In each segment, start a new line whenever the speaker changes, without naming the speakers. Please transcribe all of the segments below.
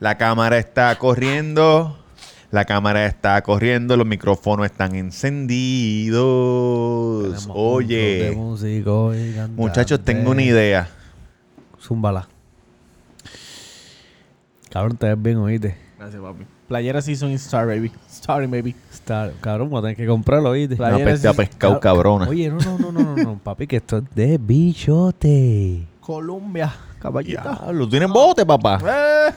La cámara está corriendo. La cámara está corriendo. Los micrófonos están encendidos.
Tenemos
Pues, Oye.
un club de músicos y cantantes.
Muchachos, tengo una idea.
Zúmbala. Cabrón, te ves bien, oíste.
Gracias, papi. Playera Season is Star, baby. Star, baby.
Está, cabrón, voy a tener que comprarlo, oíste.
Pla-
Una
Ayer
peste a
sí-
pescado cabrona.
Oye, no, no, no, no, no, no, papi, que esto es de bichote.
Colombia, caballita.
Diablo, tienen bote, papá.
Eh,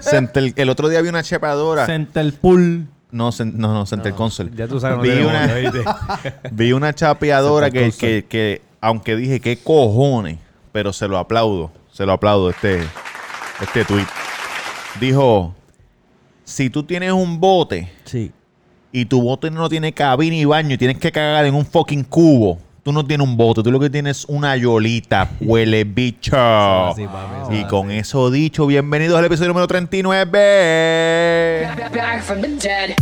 Centel- el otro día vi una chepadora.
Center Pool.
No, cen- no, no, Center Console.
Ya tú sabes, no
Vi
tenemos,
una-
¿oíste?
Vi una chapeadora
Center
que,
Console.
que, que, aunque dije, qué cojones, pero se lo aplaudo, se lo aplaudo este, este tweet. Dijo, si tú tienes un bote
Sí.
y tu bote no tiene cabina y baño y tienes que cagar en un fucking cubo, tú no tienes un bote, tú lo que tienes es una yolita, huele bicho.
Así, papi, así.
Y con eso dicho, bienvenidos al episodio número 39.
Back- back from the dead.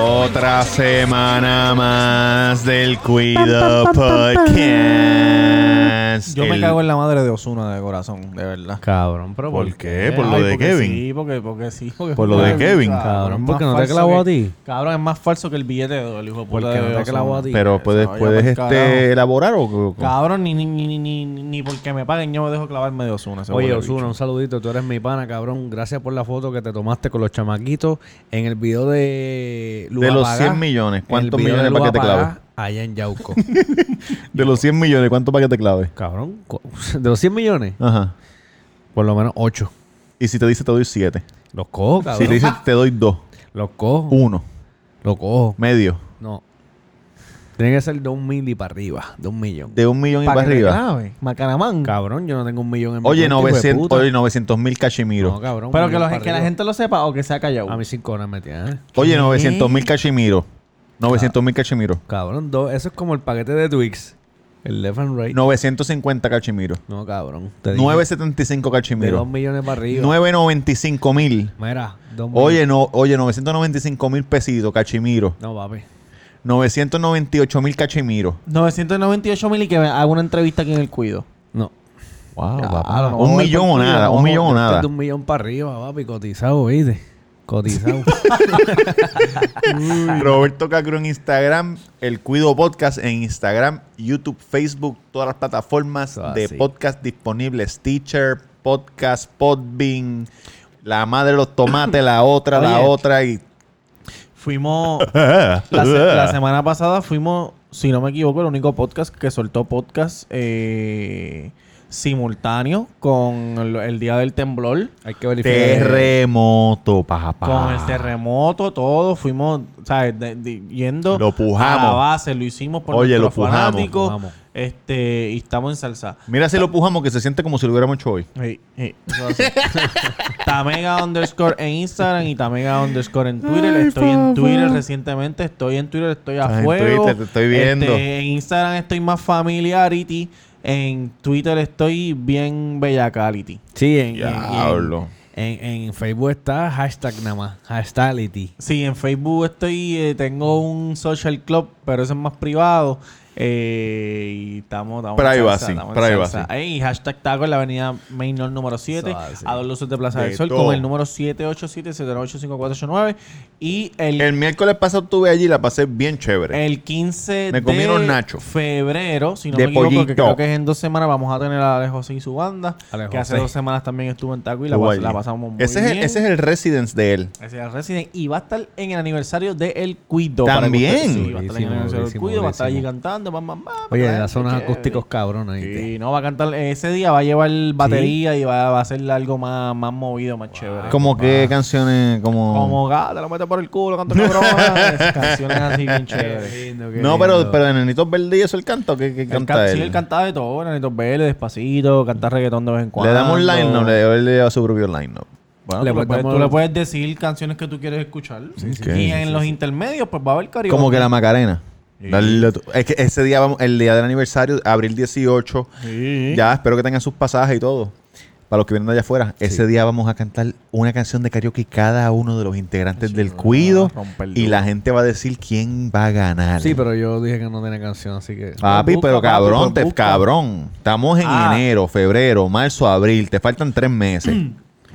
Otra semana más del Cuido Podcast.
Yo me
El-
cago en la madre de Osuna de corazón, de verdad.
Cabrón, pero
¿Por qué? Por lo
Eh, Ay,
de
porque
Kevin.
Sí, porque, porque sí. porque-
Por lo de Kevin.
Cabrón,
es
¿por qué
más
no te
falso
clavó
que-
a ti?
Cabrón, es más falso que el billete de el hijo de puta
qué
de
no te
Ozuna.
clavó a ti?
Pero
Que
puedes,
se vaya
puedes
pa'l carajo.
este, elaborar o- o.
Cabrón, ni, ni, ni, ni, ni, ni porque me paguen yo me dejo clavarme de Osuna.
Oye, Osuna, un saludito. Tú eres mi pana, cabrón. Gracias por la foto que te tomaste con los chamaquitos en el video de
de los
Lugapagá.
100 millones, ¿cuántos
El video
millones
de
para que te
Lugapagá,
clave?
Allá en Yauco.
De los 100 millones, ¿cuántos para que te clave?
cabrón, cu- de los 100 millones,
Ajá.
por lo menos 8.
Y si te dice te doy 7.
Los cojo,
Si
cabrón.
te dice te doy 2,
Los cojo.
1,
Los cojo.
medio.
No. Tiene que ser de un mil y para arriba, de un millón.
De un millón y para arriba.
Macanamán.
Cabrón, yo no tengo un millón en mi
Oye,
cuenta, hijo de
900
puta.
oye, 900 mil
No,
Cachimiro.
cabrón.
Pero
un
que,
millón
los-
para
que la
arriba.
gente lo sepa o que sea callado.
A mí cinco horas me ¿eh? tienen.
Oye, 900 mil Cachimiro. 900 mil Cachimiro.
Cabrón, dos. Eso es como el paquete de Twix. El left and right.
950 Cachimiro.
No, cabrón. Te dije
975
de dos
Cachimiro.
millones para arriba.
995 mil.
Mira, dos millones.
Oye, no, oye, 995 mil pesitos, Cachimiro.
No, papi.
998 mil Cachimiro.
998 mil y que me haga una entrevista aquí en el cuido.
No.
Wow,
papá. no,
un
no,
millón o
no,
nada,
no,
un
no,
millón o
Este es
nada.
de un millón para arriba, papi. Cotizado, ¿viste? Cotizado.
Ah.
Roberto Cacro en Instagram, el Cuido Podcast en Instagram, YouTube, Facebook, todas las plataformas
Ah,
Eso
de
así.
podcast disponibles, Teacher, Podcast, Podbean, la madre de los tomates, la otra, la
Oye.
otra y...
Fuimos. la, se- la semana pasada fuimos, si no me equivoco, el único podcast que soltó podcast eh, simultáneo con el, el día del temblor.
Hay que verificar.
Terremoto, papá.
Con el terremoto, todo, fuimos, ¿sabes? De- de- yendo
Lo pujamos.
a la base, lo hicimos por
Oye,
nuestros
lo pujamos,
fanáticos,
pujamos.
este, y estamos en salsa.
Mira si lo pujamos que se siente como si lo hubiéramos hecho hoy.
Ey, ey, eso hace. Tamega underscore en Instagram y Tamega underscore en Twitter.
Ay,
estoy en
papá.
Twitter recientemente. Estoy en Twitter, estoy a
Estás en
fuego.
Twitter, te estoy viendo.
Este, en Instagram estoy más familiarity. En Twitter estoy bien bellacality.
Sí, en, en-
Diablo.
en, en, en Facebook está hashtag nada más. Hashtagity.
Sí, en Facebook estoy, eh, tengo un social club, pero eso es más privado. Eh, y estamos, estamos en
Privacy,
salsa, estamos en
privacy.
salsa. Ey, y hashtag taco en la avenida Mainor número 7,
Eso así.
a dos luces de Plaza
De
del Sol,
todo.
con el número 787-798-5489. Y el,
El miércoles pasado estuve allí y la pasé bien chévere.
el 15
Me comí
de
unos nachos.
febrero, si no
De
me equivoco, que
pollito.
creo que es en dos semanas, vamos a tener a Alejo y su banda,
Alejo
que hace
José.
dos semanas también estuvo en taco y la,
Estuvo
pas-
allí.
la pasamos muy
ese es,
bien.
el, ese es el residence de él.
Ese es el Resident y va a estar en el aniversario de El Cuido.
También.
Para que ustedes- sí, va a estar en el
Durísimo,
aniversario del
durísimo,
Cuido, va a estar allí
durísimo.
cantando. Bam, bam, bam,
Oye,
bam,
las zonas
chévere.
acústicos cabrón ahí.
Sí, no, va a cantar. Ese día va a llevar batería y va, va a hacer algo más, más movido, más chévere.
Como que canciones como...
Ah. Como gata, lo mete por el culo, canto cabrón. Esas canciones así bien chéveres.
no, pero, pero de Nenitos Verde y eso el canto que, que
El
canta
can-
él.
sí, él cantaba de todo, Nanitos Vélez, despacito, canta reggaetón de vez en cuando.
Le damos un line up, le, él le da su propio line up.
Bueno,
Le
tú, le puedes,
damos-
tú le puedes decir canciones que tú quieres escuchar.
sí.
y en los intermedios, pues va a haber karaoke.
Como que la Macarena. Dale tú. Es que ese día, vamos, el día del aniversario, abril 18, ya espero que tengan sus pasajes y todo. Para los que vienen de allá afuera, ese día vamos a cantar una canción de karaoke cada uno de los integrantes
Ay,
del
no,
cuido
romper
y
duro.
la gente va a decir quién va a ganar.
Sí, pero yo dije que no tenía canción, así que.
Papi,
Busca,
pero
papi,
cabrón,
pues
te,
busca.
cabrón. Estamos en
Ah.
enero, febrero, marzo, abril. Te faltan tres meses.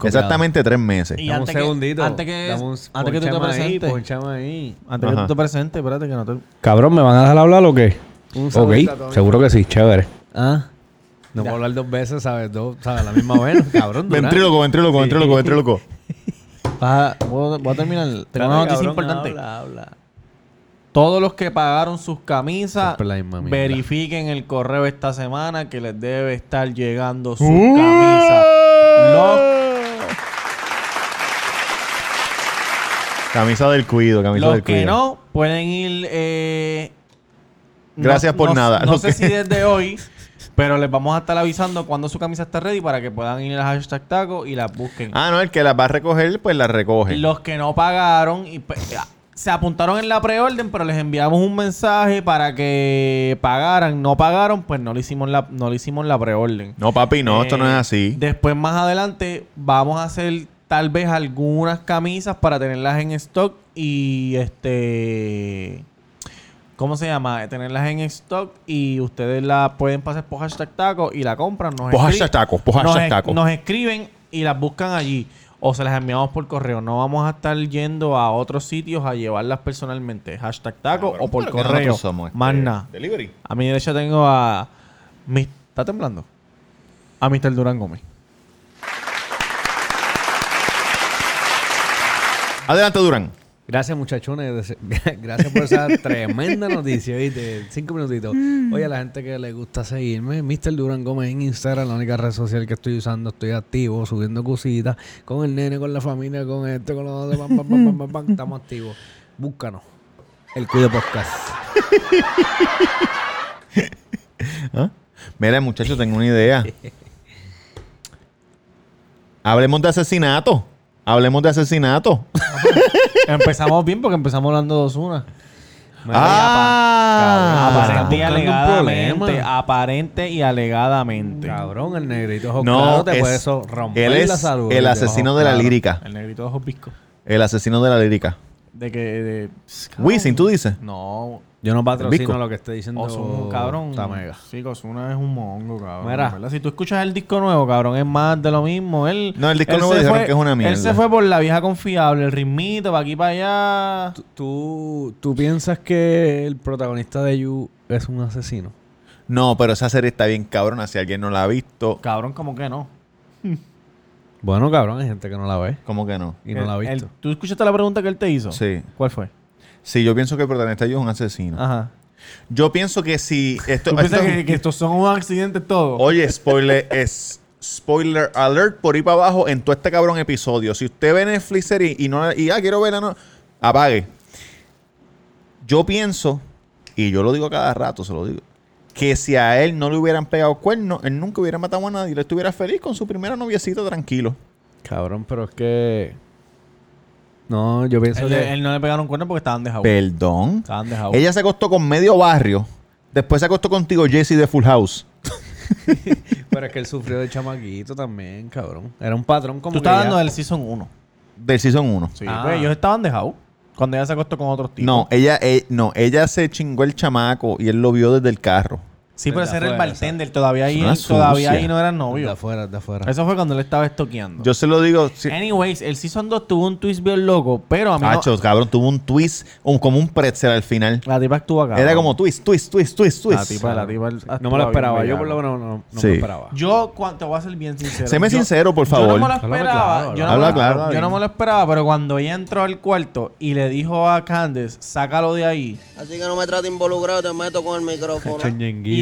Exactamente tres meses.
Y
Dame un
antes que-
segundito.
antes que-
Dame un-
antes que tú te
ponchame ahí,
presentes.
ponchame ahí.
Antes
Ajá.
que tú te presentes, espérate que no te...
Cabrón, ¿me van a dejar hablar o qué?
Un saludito a
Ok,
Tony.
seguro que sí, chévere.
Ah. No puedo hablar dos veces, ¿sabes? Dos, ¿sabes? La misma vez, cabrón. Durán.
Ventríloco, ventríloco, ventríloco, ventríloco.
Vas a- voy, a, voy a terminar. Tengo
Espérate,
una noticia
cabrón,
importante.
habla, habla.
Todos los que pagaron sus camisas,
Siempre la misma mierda.
verifiquen el correo esta semana que les debe estar llegando sus
¡Uh!
camisas. ¡Uh! Los,
Camisa del cuido, camisa
los
del cuido.
que no, pueden ir... eh,
Gracias por
no-
nada.
No
Los
sé
que-
si desde hoy, pero les vamos a estar avisando cuando su camisa está ready para que puedan ir al hashtag taco y la busquen.
Ah, no, el que las va a recoger, pues las recoge.
Los que no pagaron y pe- se apuntaron en la preorden, pero les enviamos un mensaje para que pagaran. No pagaron, pues no le hicimos la, no le hicimos la preorden.
No, papi, no, esto
Eh,
no es así.
Después, más adelante, vamos a hacer tal vez algunas camisas para tenerlas en stock y este. ¿Cómo se llama? Tenerlas en stock y ustedes la pueden pasar por hashtag taco y la compran. Nos
Pues
escri-
hashtag tacos, pues
nos,
hashtag
es-
tacos.
nos escriben y las buscan allí. O se las enviamos por correo. No vamos a estar yendo a otros sitios a llevarlas personalmente. Hashtag
Ah,
taco o por correo.
este,
Más nada.
Delivery.
A mi derecha tengo a... mi- ¿Está temblando? A Mr. Durán Gómez.
Adelante, Durán.
Gracias, muchachones. Des- Gracias por esa tremenda noticia, ¿viste? Cinco minutitos. Oye, a la gente que le gusta seguirme, Mr. Duran Gómez en Instagram, la única red social que estoy usando. Estoy activo, subiendo cositas con el nene, con la familia, con esto, con los demás. pam, pam, pam, pam, pam. Estamos activos. Búscanos. El Cuido Podcast.
Mira, muchacho, tengo una idea. Hablemos de asesinato. Hablemos de asesinato.
empezamos bien porque empezamos hablando de Osuna.
ah,
Cabrón,
aparente y
estamos buscando un
alegadamente.
problema.
Aparente y alegadamente.
Cabrón, el negrito ojo
no,
claro, te
es-
puede eso romper
él es
la salud.
el
ojo
asesino de la
claro.
lírica.
El negrito de ojos pisco.
El asesino de la lírica.
De que... De,
Wisin, ¿tú dices?
No,
Yo no
Bisco.
patrocino lo que esté diciendo.
Ozuna, cabrón.
Está mega.
Sí, Ozuna es un mongo, cabrón.
Mira.
¿verdad? Si tú escuchas el disco nuevo, cabrón, es más de lo mismo. Él,
No, el disco
él
nuevo
se
dijeron que es una mierda.
Él se fue por la vieja confiable, el ritmito, para aquí, para allá.
¿Tú, ¿Tú piensas que el protagonista de You es un asesino?
No, pero esa serie está bien cabrona. Si alguien no la ha visto,
Cabrón, como que no.
Bueno, cabrón, hay gente que no la ve
¿cómo que no?
y no la ha
El-
visto.
el- ¿Tú escuchaste la pregunta que él te hizo?
Sí.
¿Cuál fue?
Sí, yo pienso que el protagonista de ellos es un asesino.
Ah.
Ajá.
Yo pienso que si esto,
¿Tú piensas
esto-
que, que estos son un accidente todo?
Oye, spoiler es spoiler alert por ahí para abajo en todo este cabrón episodio. Si usted ve Netflix serie y no y ah quiero verla, no apague. Yo pienso y yo lo digo a cada rato, se lo digo. Que si a él no le hubieran pegado cuernos, él nunca hubiera matado a nadie. Él estuviera feliz con su primera noviecita tranquilo.
Cabrón, pero es que. No, yo pienso
él,
que.
él no le pegaron cuernos porque estaban dejados.
Perdón.
Estaban dejados.
Ella se acostó con medio barrio. Después se acostó contigo, Jesse de Full House.
Pero es que él sufrió de chamaquito también, cabrón. Era un patrón como.
Tú
que
estás hablando
ya-
del Season 1.
Del Season 1.
Sí.
Ah.
Pues ellos estaban dejados cuando ella se acostó con otros tipos.
No, ella, eh, no, ella se chingó el chamaco y él lo vio desde el carro.
Sí, pero
Desde
ese era el
afuera,
bartender. Todavía ahí,
Una
todavía
sucia.
ahí no eran
De
novios.
afuera, de afuera.
Eso fue cuando él estaba estoqueando.
Yo se lo digo. si-
Anyways, el Season 2 tuvo un twist bien loco, pero a mí Eh, no-
Achos, cabrón, tuvo un twist, un- como un pretzel al final.
la tipa actúa acá.
Era como twist, twist, twist, twist,
La
twist.
tipa, la
No
tipa
me lo
actúa
esperaba.
bien
Yo, por
bellaco.
lo menos, no, no
Sí.
me lo esperaba.
Yo, cuan- te voy a ser bien sincero.
Séme
Yo-
sincero, por
Yo
favor.
no me lo
Háblame
esperaba.
claro,
yo, no
habla
me lo-
claro,
yo
David.
no me lo esperaba, pero cuando ella entró al cuarto y le dijo a Candes, sácalo de ahí.
Así que no me trate involucrado, te meto con el micrófono.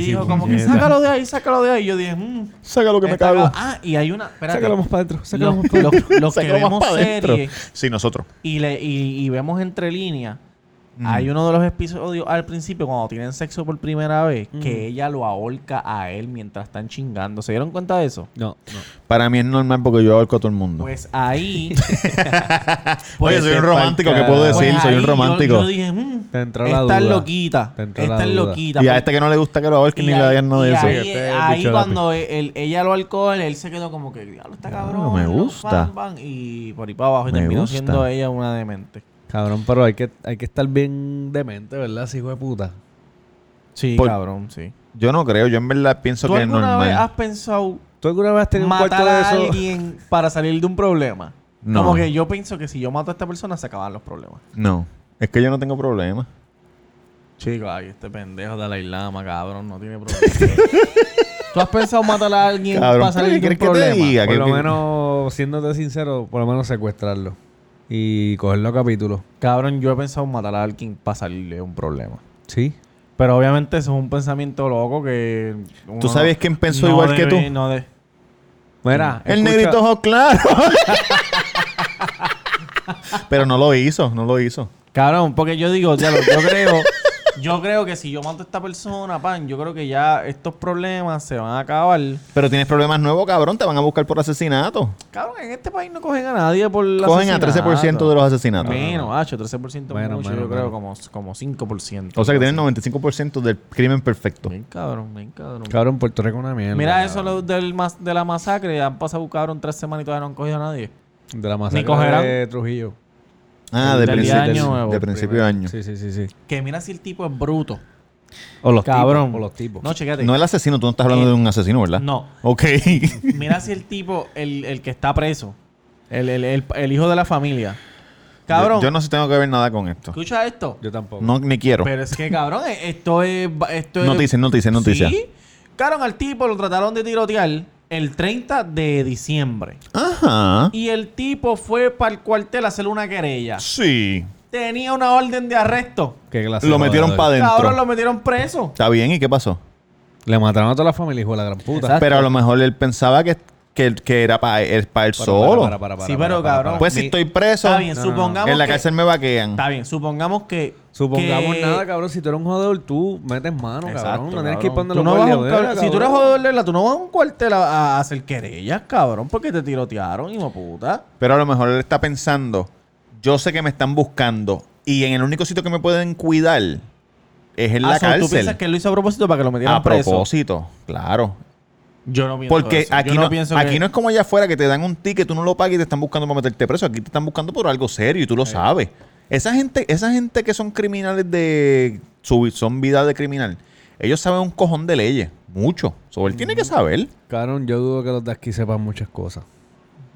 Y dijo como que sácalo de ahí, sácalo de ahí. Yo dije, mmm,
Sácalo que me cago.
Ah, y hay una. Espérate.
Sácalo más para adentro. Sácalo
Los,
más para
los- los que
Sácalo más
vemos
pa' dentro.
series
Sí, nosotros.
y, le, y, y vemos entre líneas,
Mm.
Hay uno de los episodios al principio, cuando tienen sexo por primera vez, que ella lo ahorca a él mientras están chingando. ¿Se dieron cuenta de eso?
No, no.
Para mí es normal porque yo ahorco a todo el mundo.
Pues ahí.
Oye, soy un romántico, ¿qué puedo
pues
decir? soy
ahí
un
yo-
romántico.
Yo, dije, "Mm,
Te entró la
esta es
duda.
loquita.
Te entró la
Esta es
duda.
loquita.
y a
porque-
este que no le gusta que lo ahorquen
y
ni
ahí-
le den no
y
de eso.
Ahí, eh,
Este
ahí
bicho de
cuando él- ella lo alcohol, él, se quedó como que, diablo,
Ah,
está cabrón.
no me
lo-
gusta.
bam, bam", y por ahí para abajo. Y
Me
terminó
gusta.
siendo ella una demente.
Cabrón, pero hay que, hay que estar bien demente, ¿verdad? Si hijo de puta.
Sí,
Por-
cabrón, sí.
Yo no creo, yo en verdad pienso
¿Tú
que es
alguna vez has
normal.
pensado
¿Tú alguna vez has tenido un cuarto
matar
de
a
eso?
alguien para salir de un problema?
No.
Como que yo pienso que si yo mato a esta persona se acaban los problemas.
No, es que yo no tengo problema.
Chico, ay, este pendejo de la Lama, cabrón, no tiene problema. ¿Tú has pensado matar a alguien
Cabrón,
para salir de
¿quieres
un
que te
problema?
diga?
Por
que-
lo
que-
menos, siéndote sincero, por lo menos secuestrarlo. Y cogerlo a capítulo.
Cabrón, yo he pensado matar a alguien para salir de un problema.
Sí.
Pero obviamente eso es un pensamiento loco que... uno
¿Tú sabías quién pensó
no
igual que
debe-
tú?
no de-
Mira.
El
escucha-
negrito ojo claro. Pero no lo hizo, no lo hizo.
Cabrón, porque yo digo, ya lo- yo creo... Yo creo que si yo mato a esta persona, pan, yo creo que ya estos problemas se van a acabar.
Pero tienes problemas nuevos, cabrón, te van a buscar por asesinato.
Cabrón, en este país no cogen a nadie por
Cogen a 13% de los asesinatos.
Menos, hacho, 13%
Menos,
mucho,
menos,
yo creo
menos.
como, como 5%.
O sea que tienen
algo así.
95% del crimen perfecto.
Bien cabrón, bien cabrón.
Cabrón, Puerto Rico es una mierda.
Mira eso
cabrón.
lo del mas- de la masacre, han pasado, cabrón, tres semanas y todavía no han cogido a nadie.
De la masacre
Ni cogerán.
de Trujillo.
Ah,
El
de
del
principio
año
del-
nuevo, pues.
de
el
principio de año.
Sí, sí, sí, sí.
Que mira si el tipo es bruto.
O los
Cabrón.
tipos. O los tipos.
No, checate.
No el asesino, tú no estás hablando de un asesino, ¿verdad?
No.
Ok.
Mira si el tipo, el, el que está preso, el, el- el- el hijo de la familia. Cabrón,
Yo, yo no sé si tengo que ver nada con esto.
escucha esto.
Yo tampoco.
No, ni quiero.
Pero es que, cabrón, eh, esto es... Esto es
Noticias, noticias, noticias.
Sí. Cabrón, al tipo lo trataron de tirotear el 30 de diciembre.
Ajá.
Y el tipo fue para el cuartel a hacer una querella.
Sí.
Tenía una orden de arresto.
Qué clase
Lo
de
metieron
jodedor.
para
Cabrón,
adentro.
lo metieron preso.
Está bien, ¿y qué pasó?
Le mataron a toda la familia, hijo de la gran puta.
Exacto.
Pero a lo mejor él pensaba que, que, que era para él, pa' él
Para,
solo.
para, para, para,
Sí,
para,
pero,
para,
cabrón.
para.
Pues si
Mi-
estoy preso,
Está bien,
en
No, no, no.
supongamos
la
que-
cárcel me vaquean.
Está bien, supongamos que...
Supongamos
que-
nada, cabrón. Si tú eres un jodedor, tú metes mano,
Exacto,
cabrón. No tienes
cabrón.
que ir para donde los
Tú no vas a un
guardias,
cabrón- Si tú eres
cabrón.
jodedor, Lela, tú no vas a un cuartel a, a hacer querellas, cabrón, porque te tirotearon, hijo de puta.
Pero a lo mejor él está pensando, yo sé que me están buscando y en el único sitio que me pueden cuidar es en la
Ah, so, ¿Tú piensas
cárcel.
que él lo hizo a propósito para que lo metieran
A
preso?
propósito, claro.
Yo no pienso
Porque
eso. Yo
aquí, no,
pienso
aquí
que-
no es como allá afuera que te dan un ticket, tú no lo pagas y te están buscando para meterte preso. Aquí te están buscando por algo serio y tú lo sabes. Esa gente, esa gente que son criminales de. su- son vida de criminal, ellos saben un cojón de leyes. Mucho. Sobre él tiene que saber.
Cabrón, yo dudo que los de aquí sepan muchas cosas.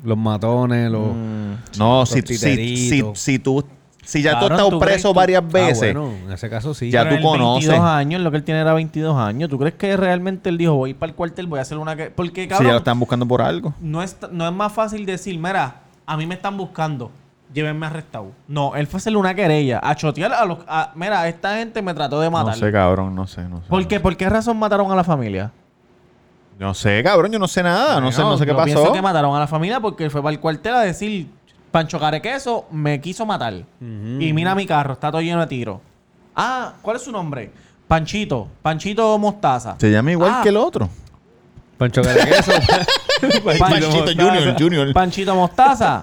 Los matones, los...
Mm. No, si,
Los
si, si,
titeritos.
si tú. Si ya tú
Cabrón,
has estado
¿tú crees
preso
tú?
varias veces.
Ah, bueno, en ese caso sí.
Ya tú
Pero él, 22
conoces.
años, lo que él tiene era 22 años. ¿Tú crees que realmente él dijo, voy a ir para el cuartel, voy a hacer una... que-"? Porque,
Si ya
cabrón,
lo están buscando por algo.
no, es, no es más fácil decir, mira, a mí me están buscando, llévenme arrestado. No, él fue a hacerle una querella, a chotear a los... a- mira, esta gente me trató de matar.
No sé, cabrón, no sé, no sé.
¿Por, qué, ¿Por qué razón mataron a la familia?
No sé, cabrón, yo no sé nada. Ah, No sé,
Bueno,
no sé qué
yo Pienso
pasó.
que mataron a la familia porque él fue para el cuartel a decir, Pancho Carequeso me quiso matar. Y mira mi carro, está todo lleno de tiros. Ah, ¿cuál es su nombre? Panchito, Panchito Mostaza.
Se llama igual
Ah,
que el otro.
Pancho Carequeso.
Panchito Junior, Junior.
Panchito Mostaza.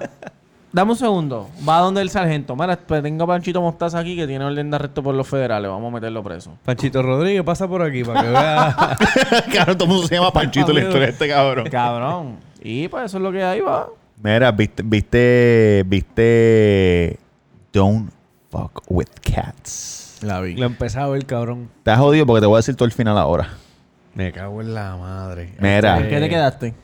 Dame un segundo. Va donde el sargento. Mira, pues, tengo a Panchito Mostaza aquí que tiene orden de arresto por los federales. Vamos a meterlo preso.
Panchito Rodríguez, pasa por aquí para que vea...
Cabrón, todo el mundo se llama Panchito la historia de este cabrón.
Cabrón. Y pues eso es lo que hay, va.
Mira, viste, viste, viste. Don't fuck with cats.
La vi.
Lo empezaba el cabrón.
Te has jodido porque te voy a decir todo el final ahora.
Me cago en la madre. Este,
Mira.
¿En qué te quedaste?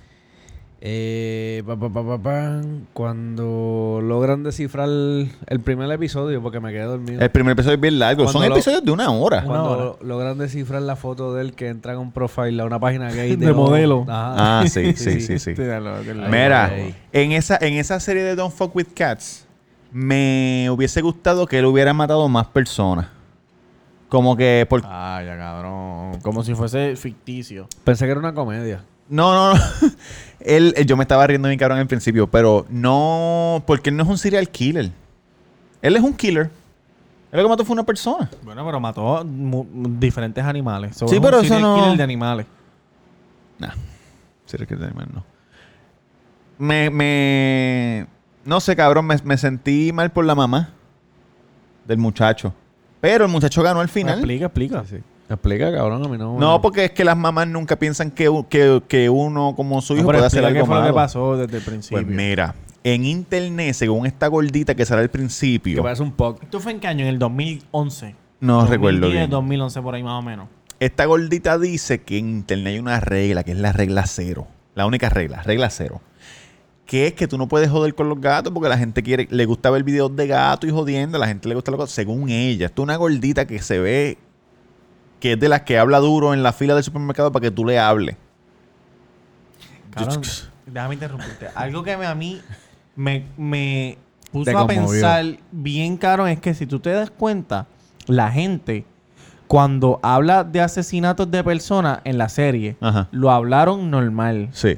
Eh, pa, pa, pa, pa, pan. cuando logran descifrar el primer episodio, porque me quedé dormido.
El primer episodio es bien largo.
Cuando
Son
lo-
episodios de una hora.
Cuando
Una
lo- logran descifrar la foto de él que entra en un profile a una página gay
De modelo.
Ajá.
Ah, sí, sí, sí, sí. Mira, en esa, en esa serie de Don't Fuck With Cats, me hubiese gustado que él hubiera matado más personas. Como que por...
Ah, ya cabrón. Como si fuese ficticio.
Pensé que era una comedia.
No, no, no. él, eh, yo me estaba riendo bien cabrón al principio, pero no... Porque él no es un serial killer. Él es un killer. Él lo que mató fue una persona.
Bueno, pero mató mu- diferentes animales.
Sí,
es
pero
un
eso
serial
no-
killer de animales.
Nah. Serial killer de animales, no. Me, me... No sé, cabrón. Me, me sentí mal por la mamá del muchacho. Pero el muchacho ganó al final.
Explica, explica.
Explica, cabrón, a mí no.
No, porque es que las mamás nunca piensan que, u- que, que uno como su hijo
No, pero
puede hacer
explica
algo
qué fue lo que
malo.
pasó desde el
Pues
principio.
mira, en internet, según esta gordita que sale al
Que
principio,
parece un poco.
¿Esto fue en qué año? En el 2011.
No recuerdo bien.
2011, por ahí más o menos.
esta gordita dice que en internet hay una regla, que es la regla cero. La única regla, regla cero. Que es que tú no puedes joder con los gatos porque la gente quiere, le gusta ver videos de gatos y jodiendo, a la gente le gusta los gatos, según ella. Esto es una gordita que se ve que es de las que habla duro en la fila del supermercado para que tú le hables.
Cabrón, déjame interrumpirte. Algo que me- a mí me, me puso
Te
a
conmovió.
pensar bien caro es que si tú te das cuenta, la gente cuando habla de asesinatos de personas en la serie,
Ajá.
lo hablaron normal.
Sí.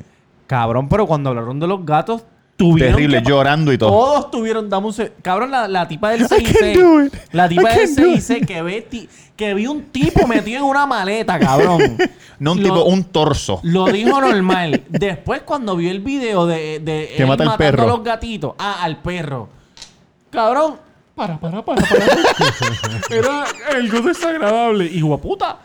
Cabrón, pero cuando hablaron de los gatos, tuvieron
Terrible,
que-
llorando y todo.
Todos tuvieron, dame un se- Cabrón, la, la tipa del CIC. La tipa del CIC que ve ti- que vi un tipo metido en una maleta, cabrón.
No un
Lo-
tipo, un torso.
Lo dijo normal. Después, cuando vio el video de, de
Que mata al
matando
perro.
a los gatitos. Ah, al perro. Cabrón. Para, para, para, para. Era algo desagradable. Hijo de puta.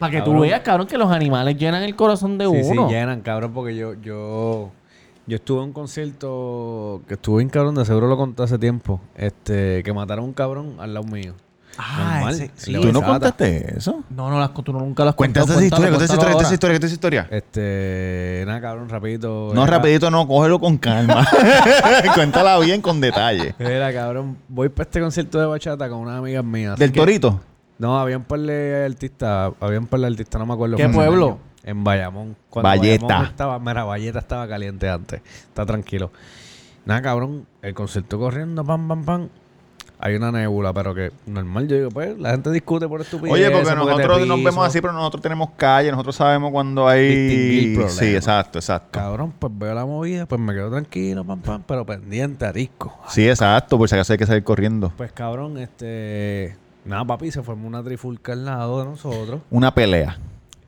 Para que tú
Cabrón.
veas, cabrón, que los animales llenan el corazón de
Sí, sí,
uno.
llenan, cabrón, porque yo, yo, yo estuve en un concierto que estuve en cabrón, de seguro lo conté hace tiempo. Este, que mataron a un cabrón al lado mío.
Ah,
Normal.
ese- sí.
Le
¿Tú no
besaba.
contaste eso?
No, no, las, tú nunca las
Cuenta
contó,
esa historia, cuenta esa historia, cuenta esa
cuéntalo ahora.
historia, cuenta esa historia.
Este, nada, cabrón, rapidito.
No,
Era-
rapidito no, cógelo con calma. Cuéntala bien con detalle.
Era, cabrón, voy para este concierto de bachata con unas amigas mías.
¿Del
Así que-
torito?
No, había un par de artistas, había un par de artistas, no me acuerdo.
¿Qué
fue hace
pueblo?
años. En Bayamón.
Valleta.
Bayamón estaba, mira, Valleta estaba caliente antes. Está tranquilo. Nada, cabrón, el concierto corriendo, pam, pam, pam. Hay una nebula, pero que normal, yo digo, pues, la gente discute por estupidez.
Oye, porque
pues, te
nosotros nos
piso.
vemos así, pero nosotros tenemos calle, nosotros sabemos cuando hay.
Distinguir problemas.
Sí, exacto, exacto.
Cabrón, pues veo la movida, pues me quedo tranquilo, pam, pam, pero pendiente a disco.
Sí, exacto, por si acaso hay que salir corriendo.
Pues, cabrón, este... Nada, papi, se formó una trifulca al lado de nosotros.
Una pelea.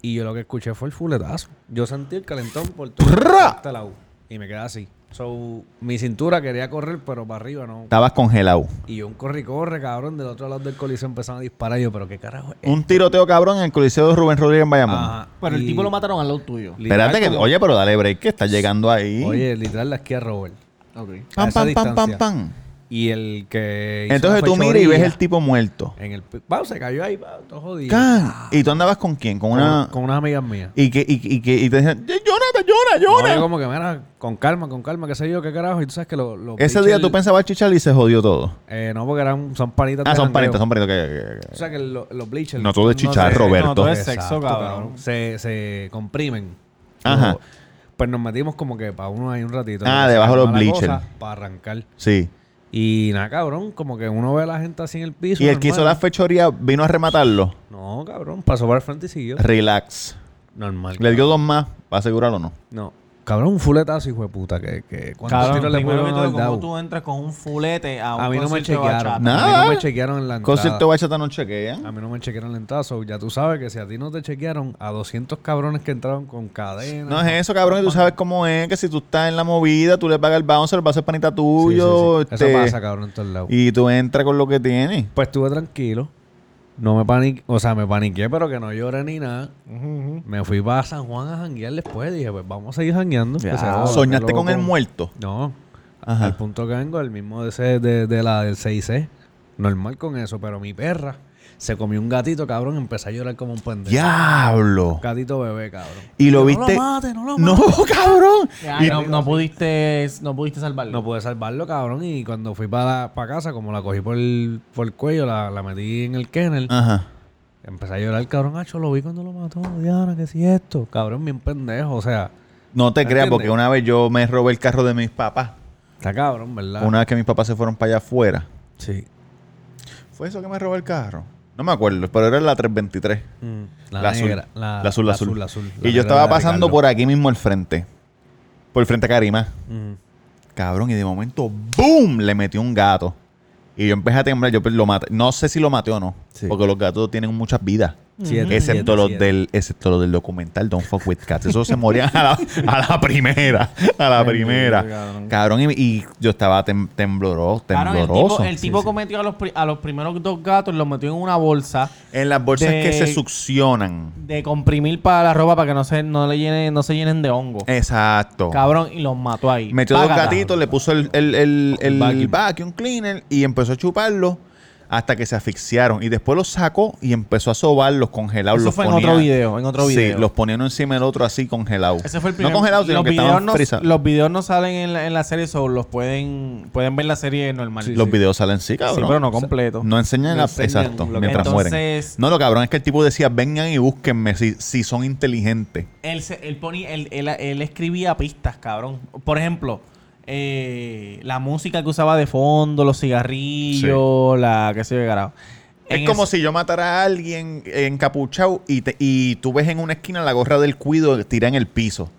Y yo lo que escuché fue el fuletazo. Yo sentí el calentón por todo el lado. Y me quedé así. So, mi cintura quería correr, pero para arriba no.
Estabas congelado.
Y yo un corre y corre, cabrón, del otro lado del coliseo empezaron a disparar. Yo, pero qué carajo es.
Un tiroteo cabrón en el Coliseo de Rubén Rodríguez en Bayamón.
Este. Ajá.
Pero el
Y-
tipo lo mataron al lado tuyo.
literal
Espérate que.
como-
Oye, pero dale break que está llegando ahí.
Oye, literal, la esquí a Robert. A
pam,
esa
pam, pam, pam,
distancia.
pam.
Y el que. hizo
Entonces
la
tú miras y ves
fechoría
el tipo muerto.
En el. pi- Pau, se cayó ahí, pau, todo jodido.
Can. ¿Y tú andabas con quién? Con
Con,
una.
con unas amigas mías.
Y que, y, que- y que y te decían, Jonathan, llora,
No, yo
llora.
como que, mira, con calma, con calma, qué sé yo, qué carajo. Y tú sabes que los. los
Ese día
bichos-
tú pensabas chichar y se jodió todo.
Eh, no, porque eran, son panitas.
Ah,
de
son
jangueo.
panitas, son panitas. que- que- que-
O sea que lo- los bleachers.
No todo es chichar,
sé, no,
Roberto.
todo es
Exacto,
sexo, cabrón.
Se, se comprimen.
Ajá.
Pero- Pues nos metimos como que para uno ahí un ratito.
Ah, debajo de los bleachers.
Para arrancar.
Sí.
Y nada, cabrón, como que uno ve a la gente así en el piso.
Y el que hizo la
normal.
fechoría vino a rematarlo.
No, cabrón, pasó por el frente y siguió.
Relax.
Normal.
Le dio
cabrón.
dos más, para asegurarlo no.
No. Cabrón, un fuletazo, hijo de puta. Que, que ¿Cuántos
Cabrón,
tiros le
primero
pudieron
que todo,
haber
¿cómo
dado?
tú entras con un fulete a un
A mí no me
concierto de bachata?
chequearon. A
Nada.
mí no me chequearon en la entrada.
Concierto de bachata no chequean.
A mí no me chequearon el lentazo. Ya tú sabes que si a ti no te chequearon, a 200 cabrones que entraron con cadena.
No es eso, cabrón, que tú sabes cómo es, que si tú estás en la movida, tú le pagas el bouncer, va a ser panita tuyo.
Sí, sí, sí.
este,
Eso pasa, cabrón, en todos lados.
Y tú entras con lo que tienes.
Pues estuve tranquilo. No me paniqué. O sea, me paniqué, pero que no lloré ni nada. Me fui para San Juan a janguear después. Dije, pues vamos a seguir jangueando. que se joda,
Soñaste
que
con el
loco.
muerto.
No.
Ajá.
Al punto que vengo, el mismo de, ese- de, de la del 6C. Normal con eso, pero mi perra se comió un gatito, cabrón. Empecé a llorar como un pendejo.
Diablo.
Gatito bebé, cabrón.
Y lo
No
viste.
lo mate, no lo
No, cabrón.
Ya,
Y-
no, no pudiste, no pudiste salvarlo.
No pude salvarlo, cabrón. Y cuando fui para casa, como la cogí por el, por el cuello, la, la metí en el kennel.
Ajá.
Empecé a llorar, cabrón. Acho, lo vi cuando lo mató. Diana, ¿qué si esto? Cabrón, bien pendejo. O sea,
No te creas,
¿Entiendes?
porque una vez yo me robé el carro de mis papás.
está cabrón, ¿verdad?
Una vez que mis papás se fueron para allá afuera.
Sí.
¿Fue eso que me robó el carro? No me acuerdo, pero era la 323.
Mm,
La,
la,
azul.
negra. Ah, La,
la azul, la azul.
la azul, la
y yo
negra
estaba
de
pasando
Ricardo.
por aquí mismo al frente. Por el frente a Karima.
Mm.
Cabrón, y de momento, ¡boom! Le metió un gato. Y yo empecé a temblar, yo lo maté. No sé si lo maté o no,
Sí.
porque los gatos tienen muchas vidas.
Siete,
Excepto
siete,
los,
siete.
del, excepto los del documental Don't Fuck With Cats. Esos se morían a la, a la primera. A la
Bendito,
primera.
cabrón.
Cabrón, y, y yo estaba tem- tembloroso.
Claro, el
tembloroso.
tipo, el tipo cometió a los, pri- a los primeros dos gatos, los metió en una bolsa
En las bolsas
de-
que se succionan.
de comprimir para la ropa para que no se, no le llenen, no se llenen de hongo.
Exacto.
Cabrón, y los mató ahí.
Eh, oh. Metió dos
Págata.
gatitos, le puso el, el, el, el
Vacuum.
vacuum cleaner y empezó a chuparlos hasta que se asfixiaron. Y después los sacó y empezó a sobarlos congelados.
Eso
los
fue en
ponía-
otro video, en otro video.
Sí, los ponía uno encima del otro así congelados.
Ese fue el primer
No congelados, sino
los
que
videos
estaban
no,
frisados.
Los videos no salen en la, en la serie, solo los pueden, pueden ver la serie normal.
Los videos salen sí, cabrón.
Sí, pero no completo.
No enseñan,
No
la-
enseñan
exacto,
lo que-
mientras mueren.
Entonces-
No, lo cabrón es que el tipo decía, vengan y búsquenme si, si son inteligentes.
Él, se- él, ponía- él, él- él escribía pistas, cabrón. Por ejemplo, eh, la música que usaba de fondo, los cigarrillos, la que se yo, qué carajo. En
es como
ese-
si yo matara a alguien encapuchado y, te- y tú ves en una esquina la gorra del cuido tirada en el piso.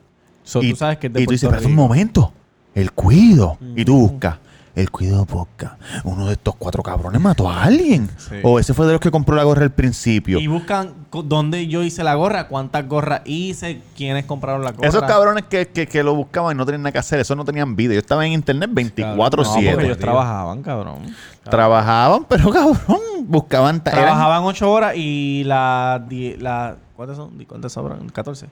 So,
y
tú sabes que es de
y tú dices,
Puerto
pero un
Rico". Mm.
momento, el cuido. Y tú buscas, el cuido podcast. Uno de estos cuatro cabrones mató a alguien.
Sí.
O ese fue de los que compró la gorra al principio.
Y buscan co- dónde yo hice la gorra, cuántas gorras hice, quiénes compraron la gorra.
Esos cabrones que, que- que lo buscaban y no tenían nada que hacer, esos no tenían vida. Yo estaba en internet
No,
24-7.
porque ellos
tío.
trabajaban, cabrón.
Trabajaban, pero cabrón, buscaban. ta- eran-
Trabajaban ocho horas y las... die- la, ¿Cuántas son? Di- ¿Cuántas sobran? 14.